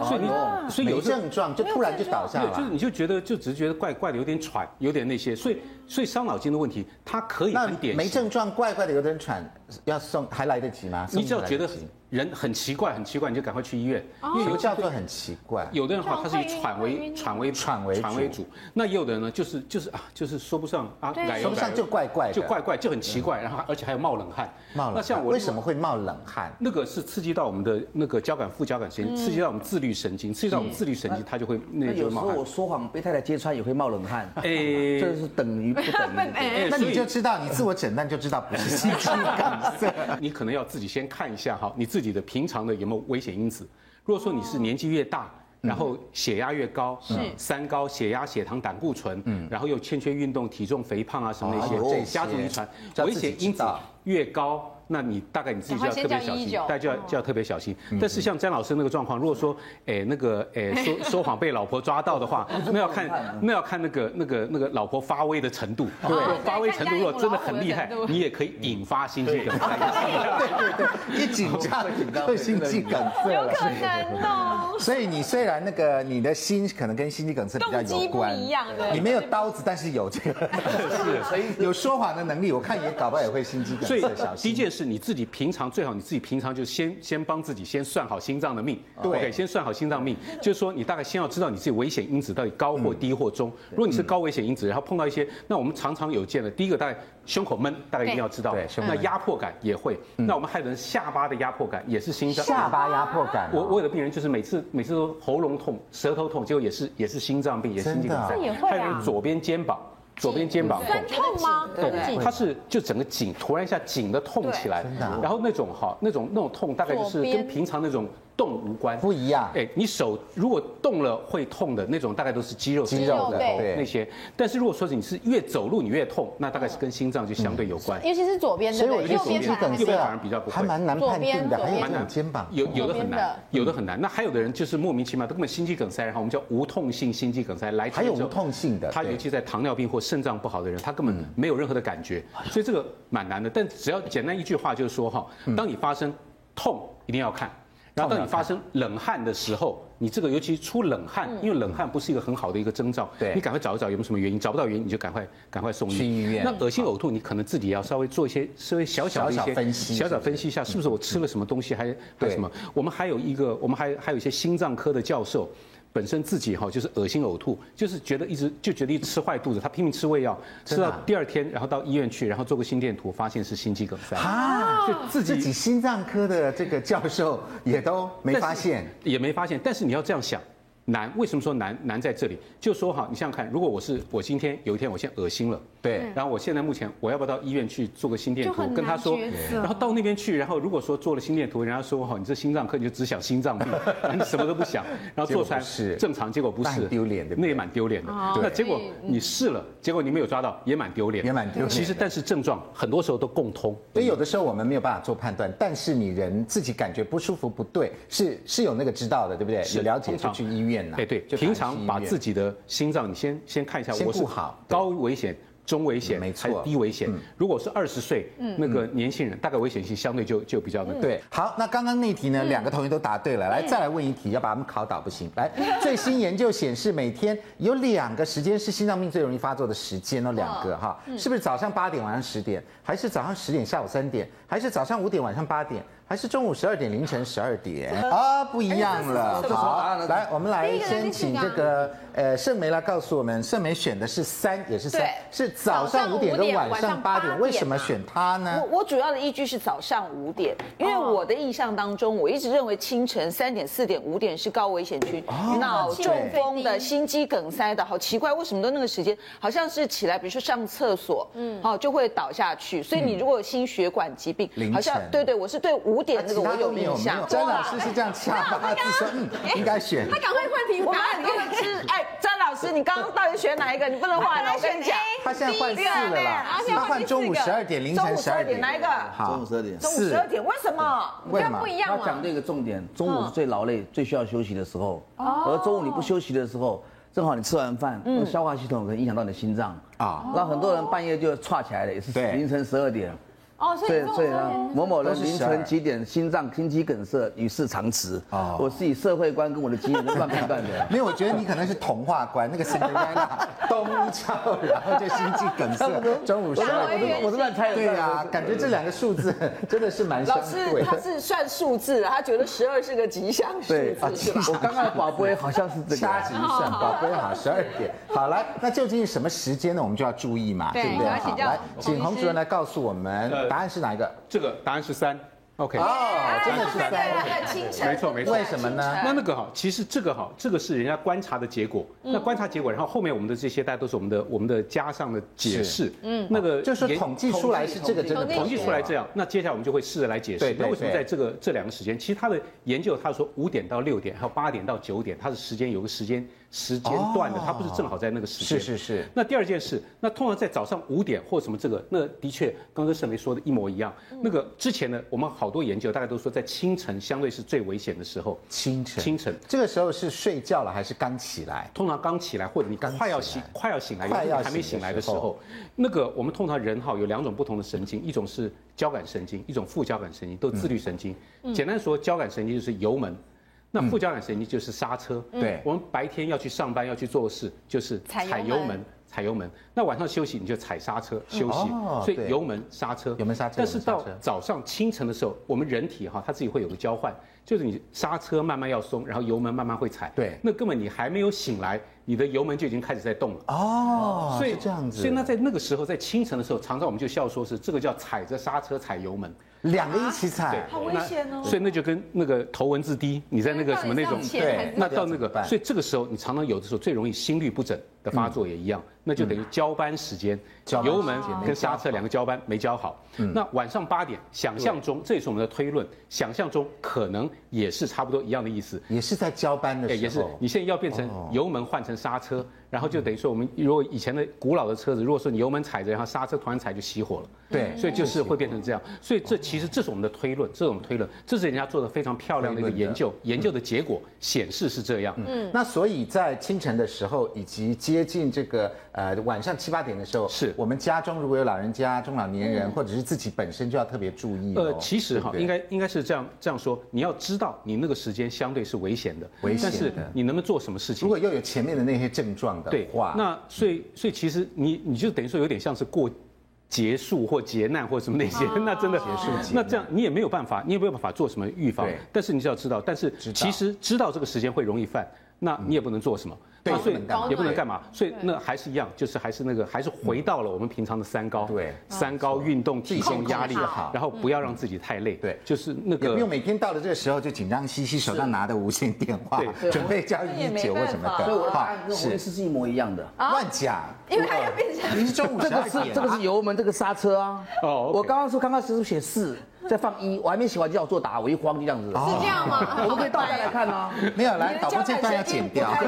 所以
哦
你所以
有
有时候
哦症状就突然就倒下
对，就是
了。
你就觉得就只是觉得怪怪的，有点喘，有点那些，所以所以伤脑筋的问题，它可以
那
很典型。
没症状，怪怪的，有点喘，要送还来得及吗？
你只要觉得
送医来及
人很奇怪，很奇怪，你就赶快去医院，因
哦
为
什
有
么叫做很奇怪？
有的人哈，他是以喘为喘为
喘为主
喘为主，那也有的人呢，就是就是啊，就是说不上啊，奶油
说不上就怪怪的嗯
就怪怪，就很奇怪，然后而且还有冒冷汗。
冒冷汗，
那像我
为什么会冒冷汗？
那个是刺激到我们的那个交感副交感神经，刺激到我们自律神经，刺激到我们自律神
嗯
经，它就会那
那
就
有
会
时
冒
候
汗
我。说谎被太太揭穿也会冒冷汗，
哎
这是等于不等于。
哎
那
所
你
以
就知道，你自我诊断就知道不是心
[laughs]
肌梗塞。
你可能要自己先看一下哈，你自己的平常的有没有危险因子。如果说你是年纪越大，
哦
然后血压越高，
嗯
是三高、血压、血糖、胆固醇，嗯，然后又欠缺运动、体重肥胖啊什么那
哦这些
些，家族遗传
就要
危
自己
险因
知
子
道
越高。那你大概你自己就要特别小
赶快先
心，
叫119
大家就要就要特别小心。
嗯
但是像詹老师那个状况，如果说，哎，那个，哎，说
[laughs]
说谎被老婆抓到的话，
哦
那要看那要看那个那个那个老婆发威的程度。对，发威程度如果真的很厉害
哦看人家有老虎的程，度
你也可以引发心肌梗塞。
对对对，一紧
[laughs]
张
会紧张
会心肌梗塞
有
了。
可能哦。
所以你虽然那个你的心可能跟心肌梗塞比较
动机
有
不
关，
一样对
你没有刀子，但是
[laughs]
有这个，是有说谎的能力，我看也搞不好也会心肌梗
所以
塞。小
第一
心。
件事，你自己平常最好你自己平常就先先帮自己先算好心脏的命，
对
OK，先算好心脏命，就是说你大概先要知道你自己危险因子到底高
嗯
或低或中。如果你是高危险因子，然后碰到一些，那我们常常有见的，第一个大概胸口闷，大概一定要知道
对，胸口
那
闷嗯
压迫感也会，那我们还有人下巴的压迫感也是心脏
下。巴压迫感哦、
我我有的病人就是每次每次都喉咙痛、舌头痛，结果也是也是心脏病，也是心肌梗
真
塞。
的啊这也会啊
还有人左边肩膀，左边肩膀痛。
酸痛吗？
痛
对
它是就整个紧，突然一下紧的痛起来
对真的啊，
然后那种哈，那种那种痛大概就是
左边
跟平常那种动无关，
不一样
哎，你手如果动了会痛的那种，大概都是肌肉
肌肉的
痛
对
那些。但是如果说是你是越走路你越痛，那大概是跟心脏就相对有关。
嗯
尤其是左边，
所
对
以
不
我
对？
觉得
右
心肌
边反而
梗塞
右边
啊
反而比较不会
还蛮难判定的，
左边
还有
左
这
边
种肩膀
有有
啊左
的很
边
难
的，
有的很难。那还有的人就是莫名其妙，他根本心肌梗塞，然后我们叫无痛性心肌梗塞来之后。
还有无痛性的
他
对嗯
尤其在糖尿病或肾脏不好的人，他根本没有任何的感觉，
哎
所以这个蛮难的。但只要简单一句话就是说哈，
嗯
当你发生痛一定要看，然后当你发生冷汗的时候，你这个尤其出冷汗，因为冷汗不是一个很好的一个征兆，
嗯对
你赶快找一找有没有什么原因，找不到原因你就赶快赶快送
去医院
那恶心呕吐，你可能自己要稍微做一些稍微小小的一
小
些
小分析
小
是
小
不是
分析一下，是不是我吃了什么东西，还还
对
什么？我们还有一个，我们还还有一些心脏科的教授，本身自己哈就是恶心呕吐，就是觉得一直就觉得一直吃坏肚子，他拼命吃胃药，吃
的啊
到第二天，然后到医院去，然后做个心电图，发现是心肌梗塞。
啊，就
自己
自己心脏科的这个教授也都没
但是
发现，
也没发现。但是你要这样想，难为什么说难？难在这里，就说哈，你想想看，如果我是我今天有一天我现在恶心了，
对
然后我现在目前我要不要到医院去做个心电
就很
图，
难
跟他说
抉，择
然后到那边去，然后如果说做了心电图，人家说哈，你这心脏科你就只想心脏病，你什么都不想，然后做出来
结果不是
正常，结果不
那
是，
很丢脸对不对
那也蛮丢脸的。
哦
那
对
结果你试了，结果你没有抓到，也蛮丢脸，
也蛮丢脸的
其实但是症状很多时候都共通，
所以有的时候我们没有办法做判断，但是你人自己感觉不舒服不对，是是有那个知道的，对不对？有了解
通
就
常
去医院呐。
哎，对，
就
平常把自
己
己的心脏，你先先看一下，
先
我是
顾好对
高危险、中危险，
嗯没错
还是低危险。如果是二十岁那个年轻人，大概危险性相对就就比较那个。
嗯对。好，那刚刚那题呢，两个同学都答对了，来再来问一题，要把他们考倒不行。来，最新研究显示，每天有两个时间是心脏病最容易发作的时间哦，两个哈，是不是早上八点，晚上十点，还是早上十点，下午三点，还是早上五点，晚上八点？还是中午十二点，凌晨十二点啊，不一样了。
什么答
好
案，呢
来，我们来
第一个呢
先
是
请
这
这
个
个呃盛梅来告诉我们，盛梅选的是三，也是三
对，
是早上
早上
五点
5
跟
点
晚
晚
上
上
八
8
点，
点
为什么
啊
选它呢？
我我主要的依据是早上五点，因为
哦
我的印象当中，我一直认为清晨三点、四点、五点是高危险区，
哦
脑中风的、心肌梗塞的，好奇怪，为什么都那个时间？好像是起来，比如说上厕所，嗯，好就会倒下去。所以你如果有心血管疾病
嗯凌，晨啊
好像对对，我是对五点那
其
个我
他都
有
没有
印
没
象
有，。詹老师是这样掐八字说，嗯，应该选。
他赶快换题
我
目
们很多
[laughs]
人是哎，张老师，你刚刚到底选哪一个？你不能换了，我跟你讲。啊
他现在换四了啦，
第一个
他换中午十二点、凌晨十二点，
中午12点哪一个
好，
中午12点
中午十二点，为什么？
为什么
不？一样啊
他讲
嘛。
这个重点，中午是最劳累、最需要休息的时候。而中午你不休息的时候，正好你吃完饭，消化系统可能影响到你的心脏
啊
啊。那很多人半夜就岔起来了，也是
对
凌晨十二点。
哦，所以
所以呢，某某人
都是
凌
12
晨几点心脏心肌梗塞与世长辞
哦
啊！我是以社会观跟我的经验跟乱判
[laughs]
断的。
没有，我觉得你可能是童话观，那个 Cinderella 东敲，然后就心肌梗塞，中午十
我是
二
我
点。
是
[laughs]
我是乱猜的。
对呀，感觉这两个数字真的是蛮相
老师
对
他
的。
是算数字的，他觉得十二是个吉祥数
对
啊
啊
字是
[laughs]
吧？
我刚刚的宝贝好
[laughs]
像是这个。
掐指一算，宝贝好，十二点。好来，那究竟是什么时间呢？我们就要注意嘛，
对
对不对？
我要请
好，
教
来，
洪
请
医
洪
师
主任来告诉我们答案是哪一个？
这个答案是三，OK。
哦，真的是三。
对，啊清晨
没错没错
为什么呢
那那个哈，其实这个哈，这个是人家观察的结果。
嗯
那观察结果，然后后面我们的这些，大家都是我们的我们的加上的解释。嗯，那个
就是说
研
统计出来哦是这个真的，
统计出来这样，那接下来我们就会试着来解
对
释，
对
那为什么
对
在这个这两个时间，其实他的研究他说五点到六点，还有八点到九点，它是时间有个时间时间段的
哦，
它不是正好在那个时间。
是是是
那第二件事，那通
嗯
常在早上五点或什么这个，那的确刚刚盛梅说的一模一样。那个之前呢，我们好好多研究，大概都说在清晨相对是最危险的时候。
清晨，
清晨
这个时候是睡觉了还是刚起来？
通常刚起来，或者你
刚
快要
起
醒
来、
快要醒来，有
快
时
要
候你还没
醒
醒
的
来的
时
时
候
候，那个我们通常人哈有两种不同的神经，一种是交感神经，一种副交感神经，都自律神经。
嗯
简单说，交感神经就是油门，那副交感神经就是刹车。
对
我们白天要去上班要去做事，就是
踩油
踩油
门
门。踩油门，那晚上休息你就踩刹车休息
哦，
所以
对
油门刹车，
油门刹车
但是
油门刹
到
车
早上清晨的时候，我们人体哈、它自己会有个交换，就是你刹车慢慢要松，然后油门慢慢会踩。
对
那根本你还没有醒来，你的油门就已经开始在动了。
哦，
所以
是这样子。
所以那在那个时候，在清晨的时候，常常我们就笑说是这个叫踩着刹车踩油门，
两个一起踩，
好危险哦。所以那就跟那个头文字 D，你在那个什么那种
到底是要钱还是
那到那
要怎么
个，
办
所以这个时候你常常有的时候最容易心律不整的发作也一样，那就等于交班时间，
嗯交班
油
时间
门
没
跟
交
刹
好嗯
车两个交班没交好。那晚上八点，想象中这也是我们的推论，想象中可能也是差不多一样的意思。
也是在交班的时候，哦
哎，
嗯
也是，你现在要变成油门换成刹车，然后就等于说我们如果以前的古老的车子，如果说你油门踩着，然后刹车突然踩就熄火了。
对哦
所以就是会变成这样。所以这其实这是我们的推论，这是我们推论，这是人家做的非常漂亮的一个
推论的
研究，研究的结果显示是这样。
嗯，那所以在清晨的时候，以及接近这个呃晚上七八点的时候，
是嗯
我们家中如果有老人家、中老年人，或者是自己本身就要特别注意哦。
呃，其实
对，
哈
不对
应该应该是这样这样说，你要知道你那个时间相对是危险的，
危险
但
的
是你能不能做什么事情
如？果又有前面的那些症状的
对
话，，
那所以所以其实你你就等于说有点像是过结束或劫难或什么那些， [laughs] 那真的结
束劫难
那这样你也没有办法，你也没有办法做什么预防
对。
但是你就要知道，但是
道
其实知道这个时间会容易犯，那你也不能做什么。
嗯对
那所以
也不能干嘛嗯
也不能干嘛，所以那还是一样，就是还是那个，还是回到了我们平常的三高。
对
三高运动、体重、压
自
力
己控制好，嗯
然后不要让自己太累。
对
就是那
也
个
不用每天到了这个时候就紧张兮兮，手上拿着无线电话，
对
准备叫
也
一
没
九或什么的，
办法
所以我的答
哈
案跟洪医
是
师是一模一样的。
乱讲，
因为它要变成
您是中午
这
十
个
二
是
点，
这个是油门，这个刹车啊。
哦
哦，
，OK
我刚刚说刚刚是不是写四，再放一，我还没写完就要做答，我一慌就这样子。
是这样吗？
我们可以倒带来看啊。
没有来导播这段要剪掉。 [laughs]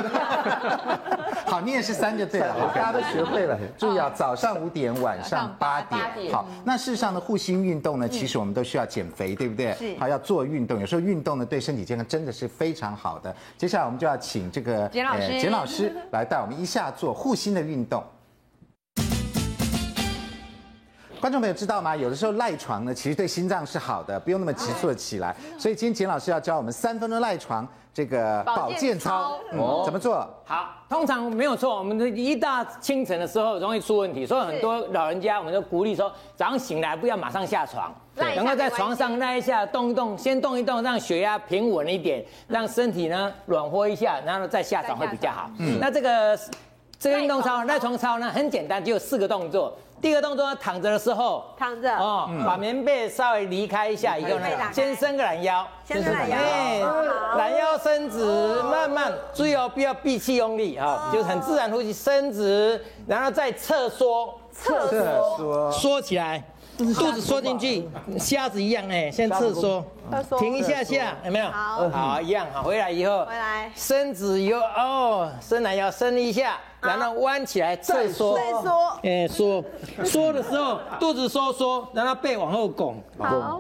好，你也是三就对了，好大家都学会了。注意啊，早上五点，晚上八点
八点。
好，那事实上的护心运动呢，其实我们都需要减肥，对不对？
是
好，要做运动，有时候运动呢对身体健康真的是非常好的。接下来我们就要请这个
简老师
呃简老师来带我们一下做护心的运动。观众朋友知道吗？有的时候赖床呢，其实对心脏是好的，不用那么急促起来。所以今天简老师要教我们三分钟赖床这个保健操，嗯，怎么做？
好，通常没有错，我们的一大清晨的时候容易出问题，所以很多老人家我们都鼓励说，早上醒来不要马上下床，
赖一下
能够在
没关系
床上赖一下，动一动，先动一动，让血压平稳一点，让身体呢软和一下，然后再下床会比较好。那这个这个运动操、赖床操呢，很简单，只有四个动作。第一个动作呢，躺着的时候，
躺着
哦，把棉被稍微离开一下以后呢
被打开，
先伸个懒腰，
先伸懒腰
哎
好
懒腰伸直，慢慢注意哦，不要闭气用力啊，就是很自然呼吸，伸直，然后再侧缩，侧
这说
缩起来，肚子缩进去，虾子一样哎，先侧缩，停一下下，有没有？
好
好，一样好，回来以后，
回来
伸直以后，哦，伸懒腰伸一下，然后弯起来侧
哦
缩，
再缩
哎，缩，缩的时候肚子收缩，然后背往后拱，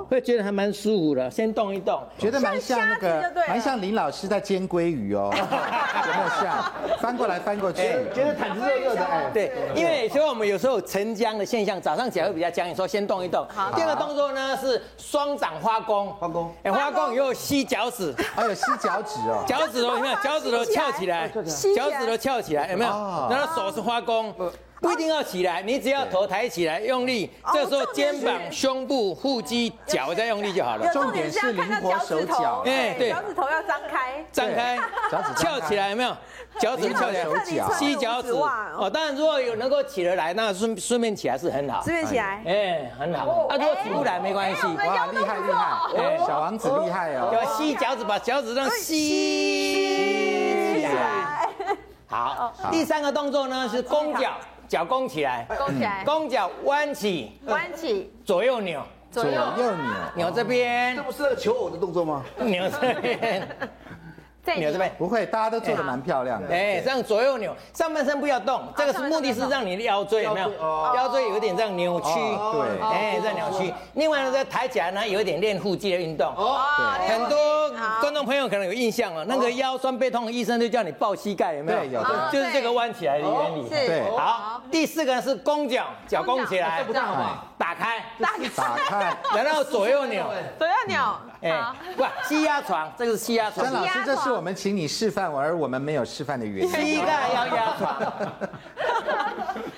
会觉得还蛮舒服的，先动一动。
觉得蛮像那
像虾子
个
就对，了
蛮像林老师在煎鲑鱼哦，有没有像？翻过来翻过去，
觉得毯子热热的哎，对，因为所以我们有时候有沉僵的现象，早上起来会比较僵硬，说先动一动。第二个动作呢是双掌花弓，花弓，哎，花弓以后吸脚趾，
哎呦，吸脚趾哦，
脚趾头有没有？脚趾头翘起
哎
来，
吸起来
脚趾头翘起来有没有
哦？
然后手是花弓。
啊
不一定要起来，你只要头抬起来用力，这时候肩膀、胸部、腹肌、脚再用力就好了
有。
重
重点
点
是
是
要
灵
看到
活
脚
手
趾头
脚，
哎对
脚趾头要张开，
张开
对脚趾张，开
翘起来有没有？脚趾翘起来
手，脚
[laughs]
吸脚趾。哦，当然如果有能够起得来，那顺顺便起来是很好
支。援起来，
哎，很好。啊，如果起不来没关系，
哇，厉害厉害，
哎
小王子厉害
要
哦，
吸脚趾，把脚趾这样吸起来。好，第三个动作呢是弓脚，脚弓起来，
勾起来，
弓脚弯起，
弯起，
左右扭，
左右扭，
扭这边
这，不是那个求偶的动作吗？
扭这边。
再
扭这边。
不会，大家都做的蛮漂亮的。
哎，
对
这样左右扭，上半身不要动，这个是目的是让你的腰椎有没有？腰椎有点这样扭曲，
哦对
哎，这样扭曲。另外呢，在抬起来呢，有一点练腹肌的运动。哦，很多观众朋友可能有印象了，那个腰酸背痛，医生就叫你抱膝盖，有没有？
对有的
就是这个弯起来的原理。
对对
好，第四个呢是弓脚，脚弓起来，
这不大好
吧
打开，
哎打
[laughs]
开。
然后左右扭，
左右扭，
哎，不，膝压床，这个是
[laughs]
膝压床
詹。老师，这是我们请你示范，而我们没有示范的原因。
膝盖要压
[laughs]
床，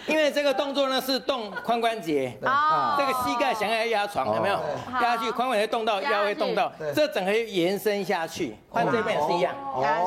因为这个动作呢是动髋关节，
啊
这个膝盖想要压床，有没有
哦？
压下去，髋关节动到，
压下去
腰会动到，这整个延伸下去，换这边也是一样，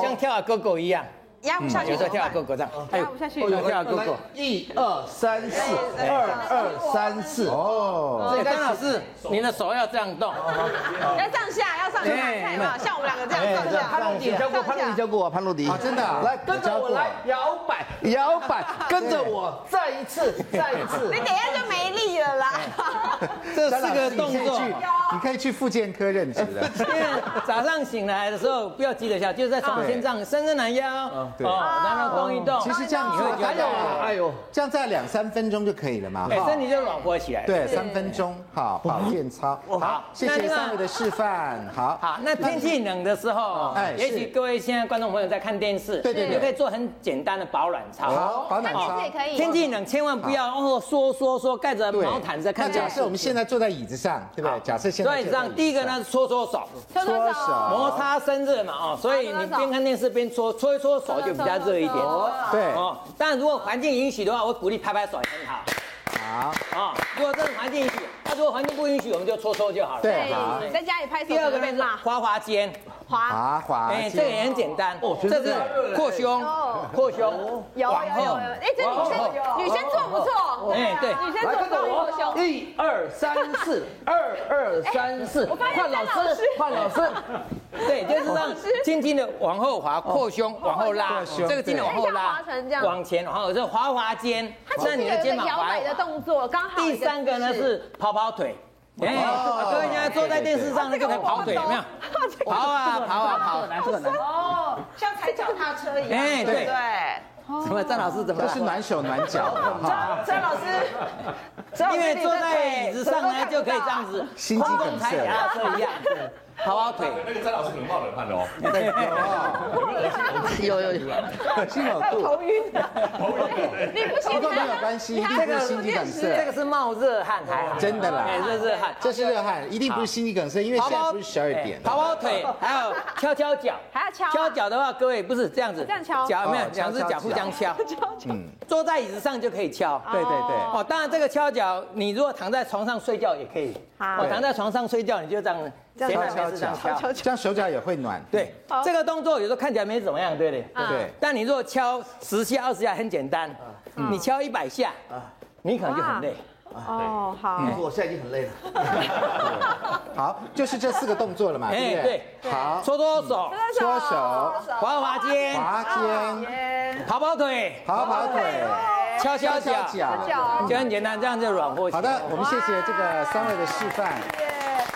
像跳啊勾勾一样，
压不下去
有时
怎
候
么
跳啊
办？
勾勾这样，哎
压不下去
有时候跳啊勾勾。
一二三四，
二
二三四。哦，
哎张老师，您的手要这样动，
要上下，要上下，
哎
看有没有？像我们两个这样上下，
潘露迪教过，潘露迪教过我，潘露迪
啊真的啊
来
你
跟着
教
我
过啊
来摇摆摇摆，跟着
[laughs]
我再一次再一次
你。等一下就没力了啦。 [laughs]
这
詹
四
老
个
师，你
动
可以
作
去。，你可以去复健科任职的。
因为早上醒来的时候不要急着笑，就是在床先这样伸伸懒腰，哦，
对
然后动一动，
其实这样
你会
做
觉
大
得
概，
哎呦，
这样在两三分钟就可以了嘛。
哎
哈
身体就软和起来。。
对，三分钟，好，保健操，好
好，
谢
那
谢
另外
三位的示范，好，
好，嗯那天气冷的时候
哎，
也许
是
各位现在观众朋友在看电视，
对对对
就可以做很简单的保暖操。
好，保暖
那
操
你也。可以。
天气冷，千万不要哦缩缩缩，盖着
对
毛毯子
那
看
假
电
设
视
我。们现在坐在椅子上，对不对？假设现在
所以
坐
这
在椅
样，
子
第一个
上
呢，搓搓手，
搓搓手，
摩擦生热嘛，哦，所以你边看电视边搓，搓一搓手就比较热一点。
对，
哦，但如果环境允许的话，我鼓励拍拍手也很好。
好，
啊、如果这个环境允许，那如果环境不允许，我们就搓搓就好了。
对，好，
在家里拍手
第二个
会
呢
被
是
辣，
滑滑肩，
滑
滑滑
哎，这个也
肩，
很简单，
真的
这是扩胸，扩胸，
有有
往
有有，
后，
哎，这女生女生做不错，
哎对
女生做高过胸，
一二三四，二二三四，
发现
换老
张老
师
师，
换老师，
对，就是让轻轻的往后滑，扩胸，往后拉，这个轻的往后
哎像
拉
划船这，样
往前，然后这滑滑肩，
她其实有一个摇摆的动作，刚好一
第
个
三个呢
姿势
是跑跑腿。哎，
哦
各位现
啊
在坐在电视上，那个跑腿有没有？跑啊跑啊跑！
这个难，
哦，像踩脚踏车一样。
哎，
对
对，
对，
怎么张老师怎么
这
了？
是暖手暖脚的哈，
[laughs]
张老师，
因为坐在椅子上呢，就可以这样子，
心肌梗
踩
塞，
牙车一啊样，跑跑腿。
哎那个詹老师可能冒冷汗的哦，
有有有，
心有度，
你不
不
行
过没有
啊，
关系，一定不是心肌梗
这
塞
个，是冒热汗，还好，
真的啦
哎，这是汗。
这是热汗，一定不是心肌梗塞，因为现在不是十二点
哎，跑跑腿，还有敲敲脚，
还要敲啊
敲脚的话，各位不是这样子，
这样敲
脚有没有
哦？
两只
敲敲
脚互相 [laughs] 敲，
嗯，
坐在椅子上就可以敲。
对对对，
哦，当然这个敲脚，你如果躺在床上睡觉也可以。
好
哦，躺在床上睡觉你就这样，前两
敲
边是这
敲
样敲。
脚，这样手脚也会暖，
对，这个动作有时候看起来没怎么样，对不对？
对，
但你如果敲十下、二十下很简单，
嗯
你敲一百下，你可能就很累。啊
哦，好，
我现在已经
[laughs]
很累了。
嗯好，就是这四个动作了嘛，对不
哎，
对？
对，
好，
搓搓手，
搓手，
滑滑肩，
滑肩，
跑跑腿，
跑跑腿，
敲敲脚，
脚。
就很简单，这样就软和起
好
来。
的，我们谢谢这个三位的示范。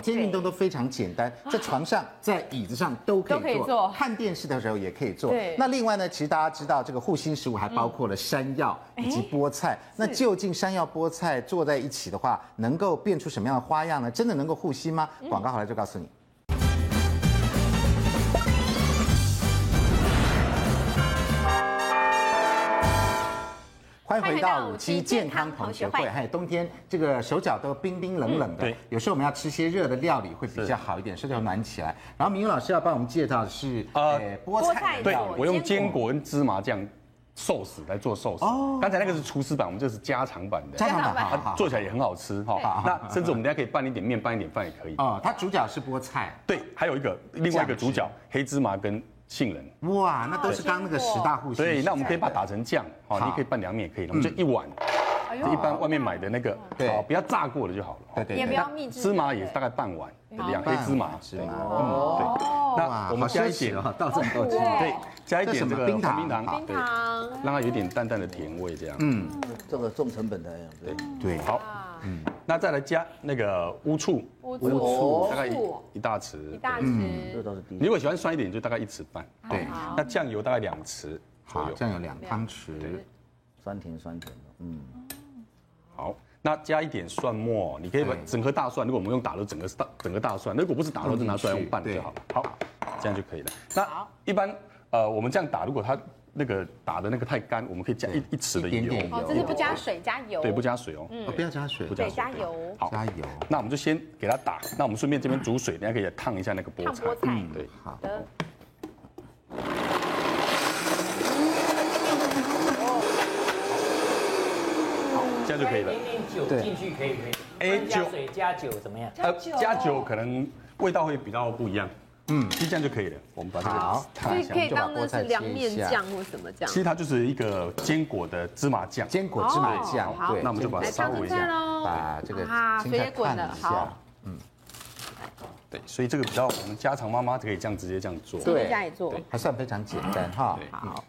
这些运动都非常简单，在床上、在椅子上啊都可以做，
都可以做
看电视的时候也可以做。
对
那另外呢，其实大家知道这个护心食物还包括了山药以及菠菜。那究竟山药、菠菜做在一起的话，能够变出什么样的花样呢？真的能够护心吗？广告好了就告诉你。欢迎回到五期健康同学会。哎，冬天这个手脚都冰冰冷冷的，
对
有时候我们要吃些热的料理会比较好一点，手脚暖起来。然后明宇老师要帮我们介绍的是
呃
呃菠菜
对
料理，
我用坚果跟芝麻酱寿司来做寿司。
哦
刚才那个是厨师版，我们这是家常版的，
家常版，
版
好好
做起来也很好吃哈。那甚至我们等一下可以拌一点面，拌一点饭也可以。
哦，它主角是菠菜，
对，还有一个另外一个主角
酱
黑芝麻跟杏仁。
哇，那都是刚那个十大户型。
对，那我们可以把它打成酱，好，
好嗯
你可以拌凉面也可以，我们就一碗，就一般外面买的那个，
对
哎好，不要炸过的就好了。
对对
也不
对，
要秘制的
芝麻也大概半碗的量，黑芝麻，
芝麻，
嗯，对。
哦哇
那我们加一
好奢
点
侈哦，到这么多吃，
对，加一
这什
点
么
这个
冰糖
冰糖，
冰
对，让它有一点淡淡的甜味这样。
嗯，
这个重成本的，对，
对，嗯
好，那再来加那个乌醋，
乌醋哦
大概一
醋
一大匙，啊
一大
这
匙，
都是第一
你。如果喜欢酸一点，就大概一匙半。
对，
那酱油大概两匙左
好，
右。
这样有两汤匙，
酸甜酸甜的，嗯，
好，那加一点蒜末，你可以把
对
整颗大蒜，如果我们用打肉，整个大整个大蒜；如果不是打肉，就拿出来用拌
嗯对
就好了。好，这样就可以了。那一般呃，我们这样打，如果它那个打的那个太干，我们可以加一一匙的
一点
油
点，油
哦，这是不加水，加油，
对，不加水哦。
哦不要加水，
不加
对，
水
加油。
好，
加油，
那我们就先给它打，那我们顺便这边煮水，等下可以烫一下那个菠
烫
菜。
菠菜
嗯对，
好，
的
这样就可以了
一。
哎
点酒进去可以没？
哎
哎，加
酒
水加酒怎么样？
呃，加酒可能味道会比较不一样。嗯，其实这样就可以了。我们把这个
好
烫一下
所以可。以
就把
当那
菠菜
是凉
切一
面
下
酱或什么酱
其。实它就是一个坚果的芝麻酱。
坚果芝麻
哦
酱，
好
对，
那我们就把它
来
稍
烫
微
青
一下
菜喽，
把这个
啊
青菜
水滚
烫
了
一下
好，
对，所以这个比较我们家常妈妈可以这样直接这样做。
对
家里做，
还算非常简单哈。
对，好。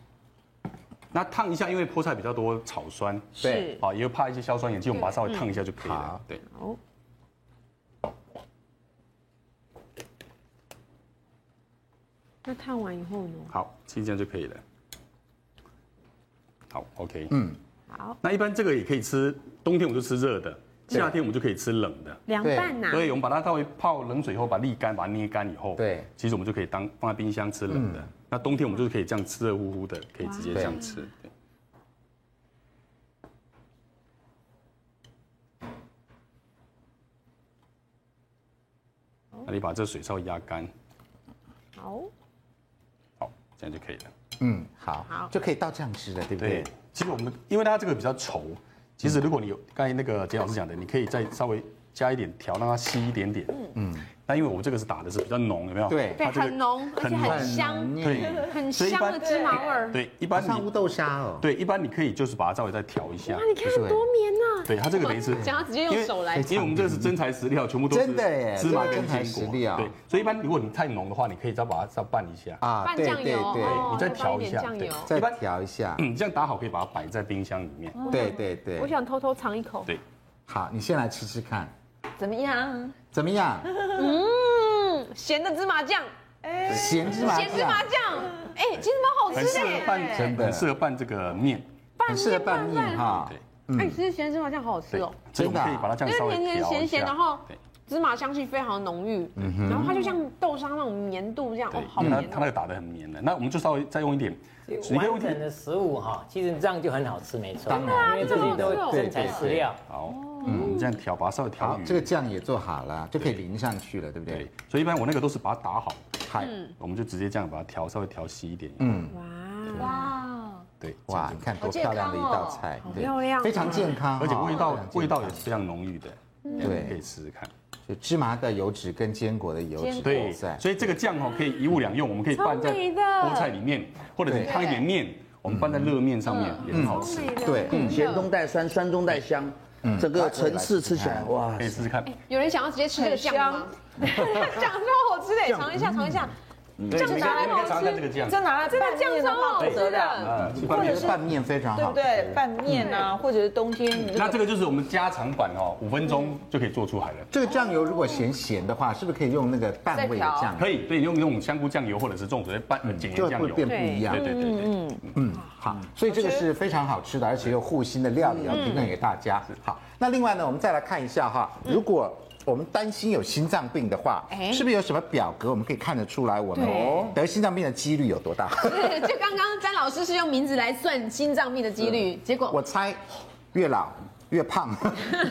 那烫一下，因为菠菜比较多草酸，
对，
啊，也怕一些硝酸盐，其实我们把它稍微烫一下就可以了
好。
对，
那烫完以后呢？
好，其实这样就可以了。好，OK。
嗯，
好，
那一般这个也可以吃，冬天我们就吃热的，夏天我们就可以吃冷的。
凉
对
拌呐，
所以我们把它稍微泡冷水以后，把它沥干，把它捏干以后，
对，
其实我们就可以当放在冰箱吃冷的。那冬天我们就是可以这样吃热乎乎的，可以直接这样吃。对那你把这水稍微压干，
好，
好，这样就可以了。
嗯，好，就可以倒酱汁了，对不对
对？，其实我们因为它这个比较稠，其实如果你有刚才那个杰老师讲的，你可以再稍微加一点调，让它稀一点点。嗯，那因为我们这个是打的是比较浓，有没有？
对
对，
它这个
很浓，而且很香，
腻
对
很
所以一
香
般
的芝麻味儿。
对，一
好
般
像乌
你
豆沙哦，
对一般你可以就是把它稍微再调一下。
那你看它多绵呐，
对它这个等于是，
想要直接用手来
因为因为我们这个是真材实料，全部都是
真的耶
芝麻
对
跟
真材
坚
实
果。
料
对，所以一般如果你太浓的话，你可以再把它再拌一下。
啊
拌酱油，哦
你再
放
调一
点
下
酱
对
油。
再调一下，
嗯，这样打好可以把它摆在冰箱里面。
哦
对对对
我，想偷偷尝一口，
对，
好，你先来吃吃看，
怎么样？
怎么样？
嗯，咸的芝麻酱，
咸芝麻
咸芝麻
酱，
酱，哎，其实蛮好
很
吃
适
的
合
耶。
拌，
真的
很适合拌这个面。
很适合拌面哈
对。
哎，其实咸芝麻酱好好吃哦，
所以
真的
我们
啊
可以把它这样稍
因
微
为
调
甜
一下
甜咸咸，然后
对
芝麻香气非常浓郁，然后它就像豆沙那种绵度这样，哦，好
对，因为嗯它
绵
它
哦。
那个打的很绵的，那我们就稍微再用一点，你可以用
完整
一点
的食物哈，其实这样就很好吃，没错。
当然
因为这些都
对啊
是真材实料。
哦
好，嗯，我们这样调，把它稍微调
好，
匀。
这个酱也做好了，就可以淋上去了，对不
对
对？，
所以一般我那个都是把它打好，
嗨，
嗯
我们就直接这样把它调稍微调稀一点。
嗯，
哦
哇，
哇，
对，
哇，你看多漂亮的一道菜，对
漂亮哦
非常健康哈，
而且味
非
道
常健康
味道也是非常浓郁的，
啊对
你可以试试看。
就芝麻的油脂跟坚果的油脂
对
都在，
所以这个酱哦可以一物两用，我们可以拌在
超美的
菠菜里面，或者是烫一点面，我们拌在热面上
嗯
面也很好吃。
对，嗯
咸中带酸，酸中带香，整个层次吃起来哇
可，以试试看，
有人想要直接吃这个酱吗？酱超好吃的，尝一下，尝一下，
对
酱拿来
你可以尝一下这个酱，
这拿来
这个酱
拌面的
超
话
好
不
吃
得了，
的。
嗯
我觉得拌面非常
对
好
不
吃，
对？拌面啊，或者是冬天你
那这个就是我们家常版哦，五分
嗯
钟就可以做出来了。
这个酱油如果嫌咸的话，是不是可以用那个淡味的酱油？
可以，对，用那种香菇酱油或者是这种所谓拌呃碱
嗯就
盐酱
会
油，
变
对
不一样
对。对对对。
嗯，好，所以这个是非常好吃的，而且又护心的料理要推荐给大家。好，那另外呢，我们再来看一下哈，如果我们担心有心脏病的话，是不是有什么表格我们可以看得出来我们得心脏病的几率有多大？
对 [laughs] 就刚刚詹老师是用名字来算心脏病的几率，结果
我猜，越老。越胖，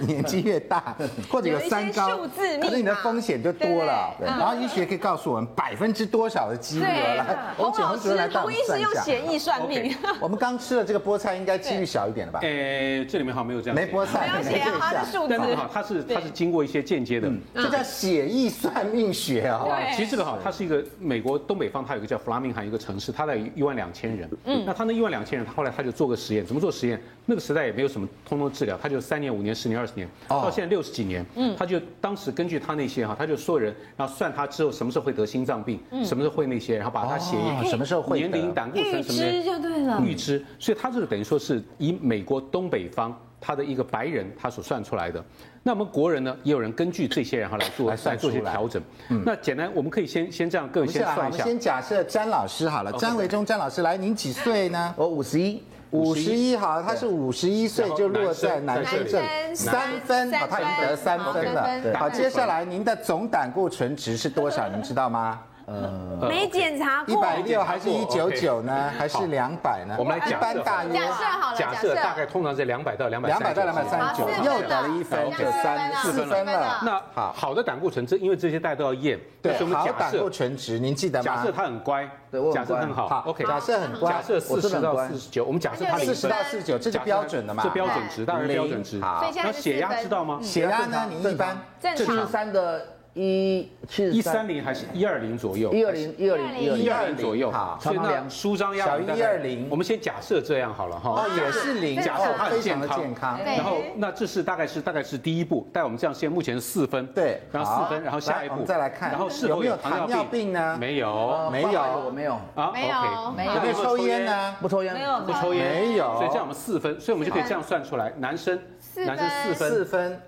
[laughs] 年纪越大，或者有三高，
有一些数字密码
可能你的风险就多了。对然后医学可以告诉我们百分之多少的几率
嗯对
了。来，我们请洪主任来带我
洪
们
医
算
师
一
用
下。
协议算命，
我们刚吃的这个菠菜应该几率小一点了吧？
诶，这里面好像没有这样写，
没菠菜，
而且啊它是数字
但，是哈，它是它是经过一些间接的。
这叫血液算命学哦。
对
啊其实这个哈，它是一个美国东北方，它有一个叫弗拉明罕一个城市，它在一万两千人。嗯，那它那一万两千人，他后来他就做个实验，怎么做实验？那个时代也没有什么通通治疗，他就三年、五年、十年、二十年，
哦
到现在六十几年。嗯，他就当时根据他那些哈，他就所有人，然后算他之后什么时候会得心脏病，什么时候会那些，然后把他血
哦
液、
什么时候会得
年龄、胆固醇
预
什么的
知就对了。
预知，所以它这个等于说是以美国东北方他的一个白人他所算出来的。那我们国人呢，也有人根据这些然后来做
来算
做一些
出来嗯
调整。那简单，我们可以先先这样，各
我
位
们
先
先来，我
算一
们
下。
先假设詹老师好了，詹维忠詹老师来，您几岁呢？
我哦五十一，
五十一好，他是五十一岁就落在男生这里，
男生
三分，
三
好，他已经得三分
三
了。
分
好，接下来您的总胆固醇值是多少？您知道吗？
哦
呃
没检查
一
过，
百六还是一九九呢？还是两百呢？
我们来
一
假设
般大约
假设好了，
假设大概通常在两百到两百
两百到两百三十九
好，四分了
又得了一分，
这
就
样
三
四
四
分了
分了。
那好好的胆固醇，这因为这些大家都要验，
对
所以，我们
好
假
胆固
设
醇值您记得
假
吗
设？他很乖
对我，很
假设他很
乖
好
好
，OK，
假设很乖
假设
我
四
真的
十
很
到
乖
四十九，我们假设他
那
零
就
四
分
十到四十九，这是
假设
标准的嘛？
这标准值，当然是标准值。
零好
所以现
那
在是
血压
四嗯
知道吗？
嗯血压呢？您一般
正
七十
常。
三的一七十
一三零还是一二零左右？
一二零一二零一二
一
零，
二零左右
好。
所以那舒张压
小
我们大概
120
我们先假设这样好了哈。
哦也是零，
假设
哦
他
非
很
常的健
健
康。
对
然后那这是大概是大概是第一步，但我们这样先目前是四分，
对
然后
好
四分，然后下一
来我
步
们再来看
然后是
有
否
没有
糖
糖尿病呢
没有
没有
哎我没有，
啊，
没有
OK
没
哦有没有抽烟呢？
不抽烟，
没有
不抽烟
没有
所以这样我们四分，所以我们就可以这样算出来，男生
四
男生四
四
分，
分。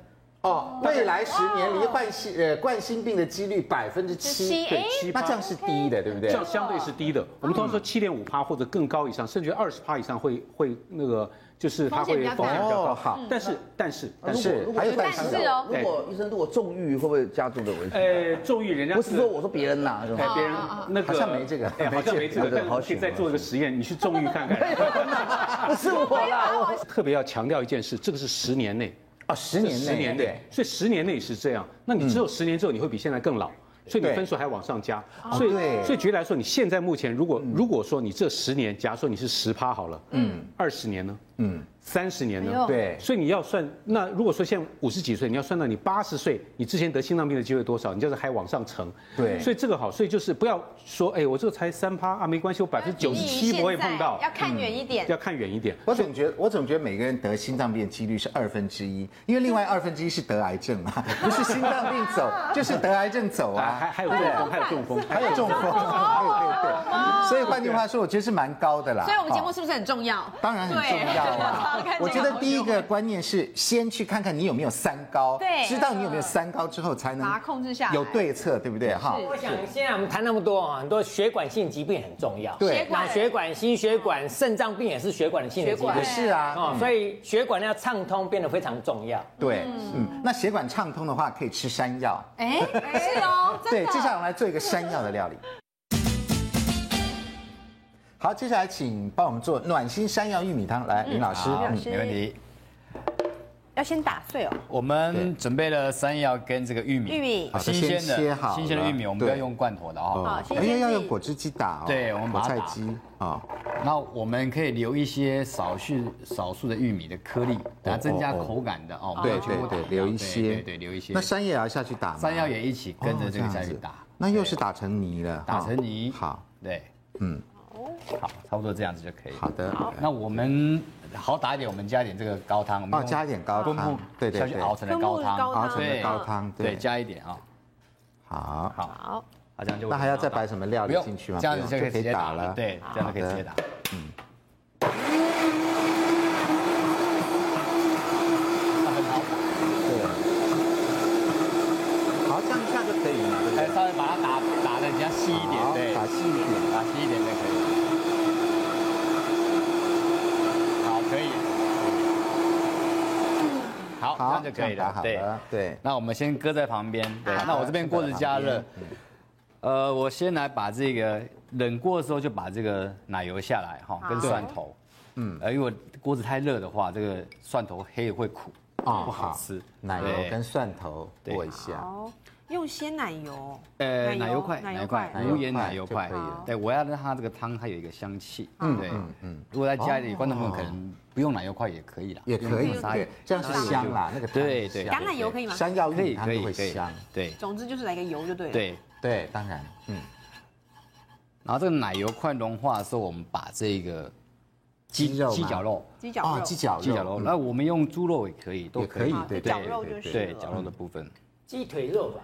哦，未来十年罹患心呃冠心病的几率百分之七，
对七
那
八
这样是低的，对不对？
这样相对是
嗯
低的。我们通常说七点五趴或者更高以上，甚至二十趴以上会会那个，就是它会
风险比较
风险比
哦
较
嗯
高。
好
但是但是但是，
是
啊如果
还有
但
冠
但
心
是
病。
哦，
如果医生如果重郁会不会加重的危险？
呃，重于人家
不是说我说别人啦，是
哎
吧
别人那个
好像没这个
哎好像
没
没这
这个
个，但是
好
我可以
险
再做一个实验，你去纵欲 [laughs] 看看。
不是我啦，我
特别要强调一件事，这个是十年内，
哦，十
这
年内，嗯
十年内，所以十年内是这样。那你只有十年之后，你会比现在更老，所以你
对哦
分数还往上加。所以
对，嗯
所以举例来说，你现在目前如果如果说你这十年，假如说你是十趴好了，嗯，二十年呢，嗯，三十年
哎
呢
呦，
对
所以你要算，那如果说现在五十几岁，你要算到你八十岁，你之前得心脏病的机会多少？你就是还往上乘。
对
所以这个好，所以就是不要说，哎，我这个才三趴啊，没关系，我百分之九十七不会碰到，
要看远一点。
要看远一点。
我总觉得，我总觉得每个人得心脏病的几率是二分之一，因为另外二分之一是得癌症嘛，不是心脏病 [laughs] 走，就是得癌症走
啊，还
啊，
还有中风，还有中风，
[laughs] 还有中风，对 [laughs] 哎对对，所以换句话说，我觉得是蛮高的啦。
哎哦所以我们节目
哦
是不是很重要？
当然很重要啊
对。
我觉得第一个观念是先去看看你有没有三高，
对
知道你有没有三高之后才能
把它控制下来
有对策，对不对？哈，
我想现在我们谈那么多啊，很多血管性疾病很重要，
对血
脑血管、心血管、肾脏病也是血管性的疾病
也是啊，
哦，所以血管要畅通变得非常重要。
对，嗯，那血管畅通的话，可以吃山药。 [laughs]
哎，是哦，
对，接下来我们来做一个山药的料理。 [laughs] 好，接下来请帮我们做暖心山药玉米汤，来，林老师，
好，
嗯
没问题。
要先打碎哦，
我们准备了山药跟这个玉米，
玉米
好新鲜
先切好了
的新鲜的玉米，我们不要
对
用罐头的哦。
好，先
哎呀，
先
要
自
用
己
果汁机打哦，
对我们
果
把它
菜
打
机啊，
那我们可以留一些少数少数的玉米的颗粒，来增加口感的哦。
哦
我们
对
全部
对
打
对，
掉
留一
对
些，
对对留一些。
那山药也要下去打吗？
山药也一起跟着这个
哦
下
样
去
子
打，
那又
对
是打成泥了，
打
哈
成泥。
好，
对，
嗯，
好，差不多这样子就可以了。
好的，
那我们好打一点，我们加一点这个高汤，我们
哦，
用
加一点高
昆
汤
布，
对对
下去
对，
熬成的高汤，
昆布
熬成的
对
高汤，
对，加一点啊，
好，
好，
好，
好，这样就
那还要再摆什么料
不
理
用
进去吗？
啊这样子
不
就
用
可以直接打
了，
了，对，这样就可以直接打。嗯嗯。那很好打。
好，这样一下就可以了嘛，对不
哎，
对？
稍微把它打打的比较细一点，
好
对，
打细一点。
打细一点就可以。好，可以。好，这
好，
样就可以
这样打
了。
好
对，
了，对，
那我们先搁在旁边。对，
好
那我这边锅子加热。呃，我先来把这个冷锅的时候就把这个奶油下来哈，跟蒜头。嗯，呃，因为锅子太热的话，这个蒜头黑会苦，
哦
不好
好
吃。
奶油
对
跟蒜头
对
过一下，
好，用鲜奶油，
呃，
奶
奶
油
油块，
奶油
奶油块，
块
无盐奶油块
就可以了。
对，我要让它这个汤它有一个香气。嗯，对，嗯。如果再加一点，观众朋友可能不用奶油块也可以啦，
哦也可以，
撒一
对
点，
这样是香啦，那个汤
对
是
对，
香
橄榄油可以吗？
山药玉
可
米
以
汤
可
嗯就
以
会
可以
香，，
对
总之就是来个油就对了。，
对。
对，当然，嗯，
然后这个奶油快融化的时候，我们把这个
鸡肉吗
鸡脚肉、
鸡脚
哦
肉，
鸡脚肉，
鸡脚肉，那我们用猪肉也可以，
也
都
可
可以
以。，
好
对
鸡脚肉就是
对
了
绞肉的部分，
鸡腿肉吧，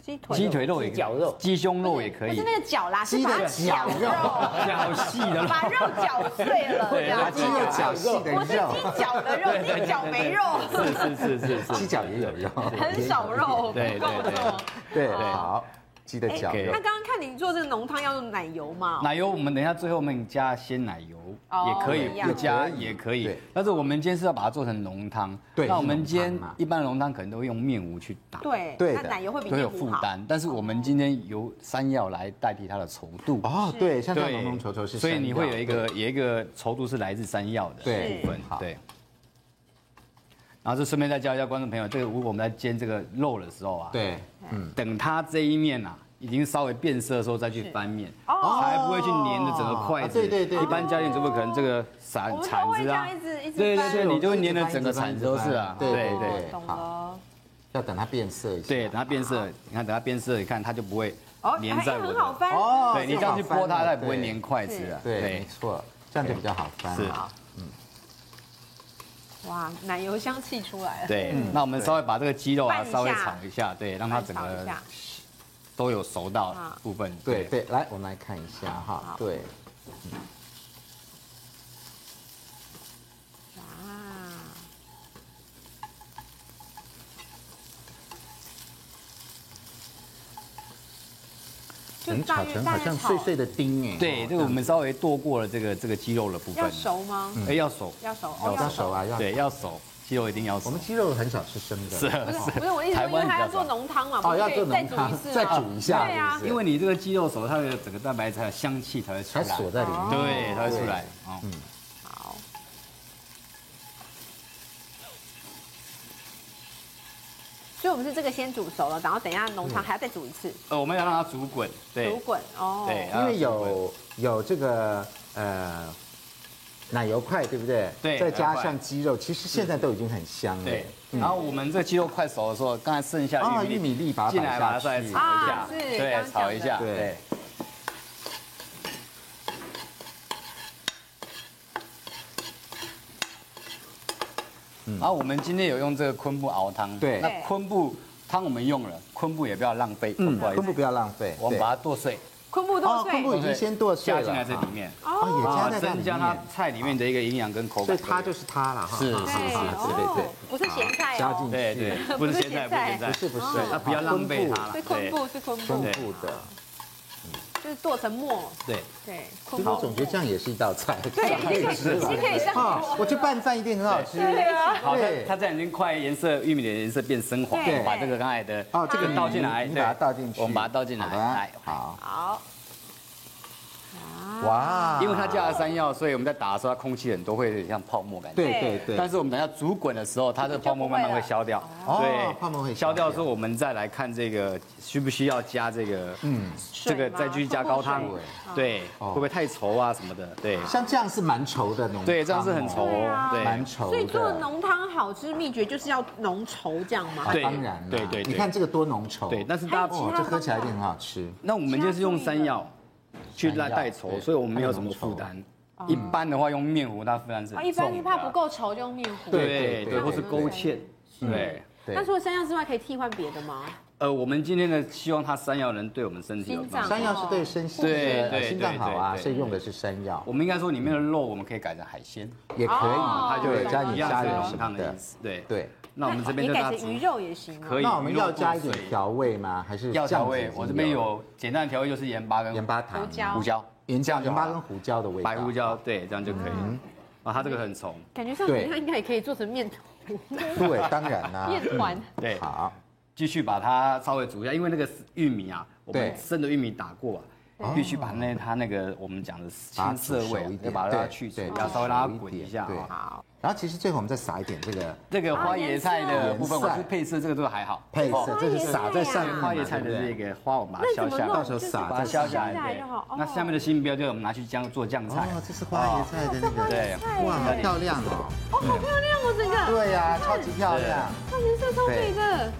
鸡腿
鸡腿肉也可以，
鸡脚肉
鸡胸肉也可
不
以
是，那个脚啦，是
鸡
把它
的
绞
绞肉，
绞细的肉。
把肉绞碎了，这样
把鸡肉绞细的
我是
肉，
鸡脚的肉，鸡脚没肉，
是是是是
鸡
是，
脚也有肉。
很少肉。
对对对。
对，好，鸡的脚
哎
哦
肉
那。刚刚看你做这个浓汤要用奶油嘛？
奶油我们等一下最后面加鲜奶油
哦
也可以
一，样
不加
也可以
也可以
对。
但是我们今天是要把它做成浓汤。
对
那我们今
是
天
浓汤嘛
一般浓汤可能都会用面糊去打，
对，
对
哎那
的
奶油会比
都
面
有
糊
负
好。
担。但是我们今天由山药来代替它的稠度。
哦，对，像像
对，
浓浓稠稠是山药，
所以你会有一个有一个稠度是来自山药的
对
部分
是好，
对。然后这顺便再教一下观众朋友，这个如果我们在煎这个肉的时候啊，，
对，
等它这一面啊已经稍微变色的时候再去翻面，
哦
才不会去粘着整个筷子。
啊对对对
一般家庭主妇可能这个
我
铲
们
铲
都会
子
这
啊
样一，直一直
对对
翻
对，你就会粘
一直翻一直翻
着整个铲子都是啊
一，直
对
翻
对对
懂
好，
了。
要等它变色一下。
对，等它变色，你看等它变色，你看它就不会
哦
粘在
哎
我
很好
的，
翻
哦
对你这样去
好
拨
翻
它，
了
它也不会
对
粘筷子啊，
对，没错，这样就比较好翻。
是。
哇，奶油香气出
[laughs]
来了，
对，那我们稍微把这个鸡肉啊
拌一下
稍微炒一下，对，让它整
炒一
个
下，
都有熟到
啊
部分。
对，对，来，我们来看一下哈
好，
对，
哇，就
能
大
炒
约
成
大
好
约
像
炒
碎碎的丁哎。
对，这个我们稍微剁过了这个这个鸡肉的部分
要，熟吗？
哎，要熟，
要熟，哦
哦要熟啊，要。
对，要熟，鸡肉一定要熟。
我们鸡肉很少吃生的。
是
不是不是我意思
台
说，因为
湾
它要
比较
做
少
浓汤嘛，
哦，
不
要
可以
做浓
煮
汤
一次，
[laughs] 再
吗
煮一下，
对啊
是不是
因为你这个鸡肉熟，它的整个蛋白质还有香气才会出
才
来，
锁在里面。
对，才会出来。哦，
好，所以我们是这个先煮熟了，然后等一下浓汤还要再煮一次，
呃，我们要让它煮滚，对
煮，滚哦。
对
因为有有这个呃奶油块，对不对？
对
再
奶
加
油块
上鸡肉，其实现在都已经很香了。
对。然后我们这鸡肉快熟的时候，刚才剩下
啊，
玉
玉
米
米粒把它
进来把它
摆
稍
下
微
去
炒。一
啊是刚刚
下，对，
讲
炒一下，
的
对。然后我们今天有用这个昆布熬汤，
对
那昆布汤我们用了，昆布也不要浪费，嗯，不好意
昆布
思，
不要浪费，
我们把它剁碎，
昆布
哦
剁碎
昆，布已经先剁碎
加
了，
进来这里面，
哦
啊，也加在它里
增加它
面，
菜里面的一个营养跟口
所
感
以。它就是它了哈。
是是
对
是是，
对对
哦，不是咸菜
加
哦，
进
对
去，
对，不是咸菜，不是咸
不
菜，
嗯是不是哦
对，它不要浪费它了，
是昆
对
布，是昆布
昆，布的。
就是剁成末，
对。
对，
其
昆
实我
布
总觉得这样也是一道菜， [laughs]
对，已经可以已经可以上
啊
桌，啊
我
了。
去拌饭一定很好吃。
好，它
对
它这样已经快颜色，玉米的颜色变深黄，
对
我把这个刚才的
哦，这个
倒进来，
你
对
把它倒进去，
我们把它倒进来，
好啊吧
来，
好，
好，
哇，
哎因为它加了山药，所以我们在打的时候，它空气很多，会有点像泡沫感觉。
对对对，
但是我们等下煮滚的时候，它这个泡沫慢慢会消掉。
哦泡沫会消
消
掉
掉之后，我们再来看这个需不需要加这个，嗯，这
水
个
吗
再去加高汤
泡沫，
对，
哦
会不会太稠啊什么的？对，
像这样是蛮稠的浓，哦
对，这样是很稠，对，
蛮稠的。
啊所以做浓汤好吃秘诀就是要浓稠这样吗？
啊
对
当然啦
对对对
你看这个多浓稠，
对，但是大家
哦，这喝起来一定很好吃。
那我们今天是用山药去
山
带
药
带
对
稠，所以我们没有什么负担。一般的话用面糊，它负担是
啊，
很
一般
重
你
的
怕不，够稠就用面糊。
对
对对，或是勾芡，对。
对
那除了山药之外，可以替换别的吗？
呃，我们今天呢，希望它山药能对我们身体有
心脏
帮助。
山药是对身心
对
呃
对
心脏好啊，
对对对
所以用的是山药
我们应该说里面的肉，我们可以改成海鲜，
也可
哦
以，对，加你
一样
虾
是
仁
浓
什
汤
么
的
的
意，思。对，
对。
那我们这边
也
就
改
大
成鱼
致
肉也行吗？
可以。
那我们要
肉
加一点
碎
调味吗？还是
要调
酱
味
子已，经
我这边有简单的调味，就是盐巴跟
盐巴糖、
胡椒
胡椒、
盐酱、
这
盐
样就
巴
好了
跟胡椒的味道，
白胡椒，对，这样就可以
嗯
了。啊，它这个很稠，
感觉上
对
它应该也可以做成面团
对，当然啦。
[laughs] 面团。
对。
好，
继续把它稍微煮一下，因为那个玉米啊，我
对哦
们生的玉米打过啊，必须把那它那个我们讲的
把它
青
煮
涩味
熟
啊
一，
要
点，
把它
对
去除
对，
掉，稍微让它
煮熟
滚
点
一下
对
啊。哦
好，
然后其实最后我们再撒一点这个
这个花椰菜的部分，
啊颜色
我是配色，这个都还好。
配色嗯
哦，
这是撒在上面嘛，
花椰菜的
对
这
不对
个花，我们把它
那
削
怎么
下
弄？
来
到，时
就
候
是
撒在
把它削
削
下
下来
来。
就
对
好。哦
那下面的新标就我们拿去酱做酱菜。哦
哦，这是花椰菜的那个，
对，
哇，好漂亮哦！
哦，好漂亮哦，整个
对呀，超级漂亮。
它颜色超美的。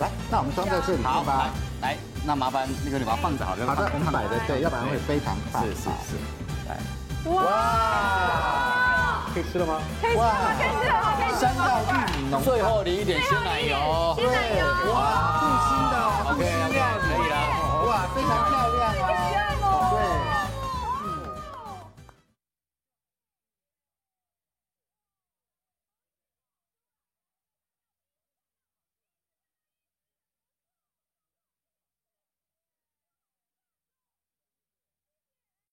来，那我们装在这里
好
面，
来
吧。
来，那麻烦那个你把它放着好了。
好的，我们摆的对，要不然会非常大。
是是是。
哇，
可以吃了吗？
可以吃了吗？可以吃了吗？可以
山药玉米浓
最后淋一点鲜奶油，
鲜奶油，
哇，护心的护心料理。哦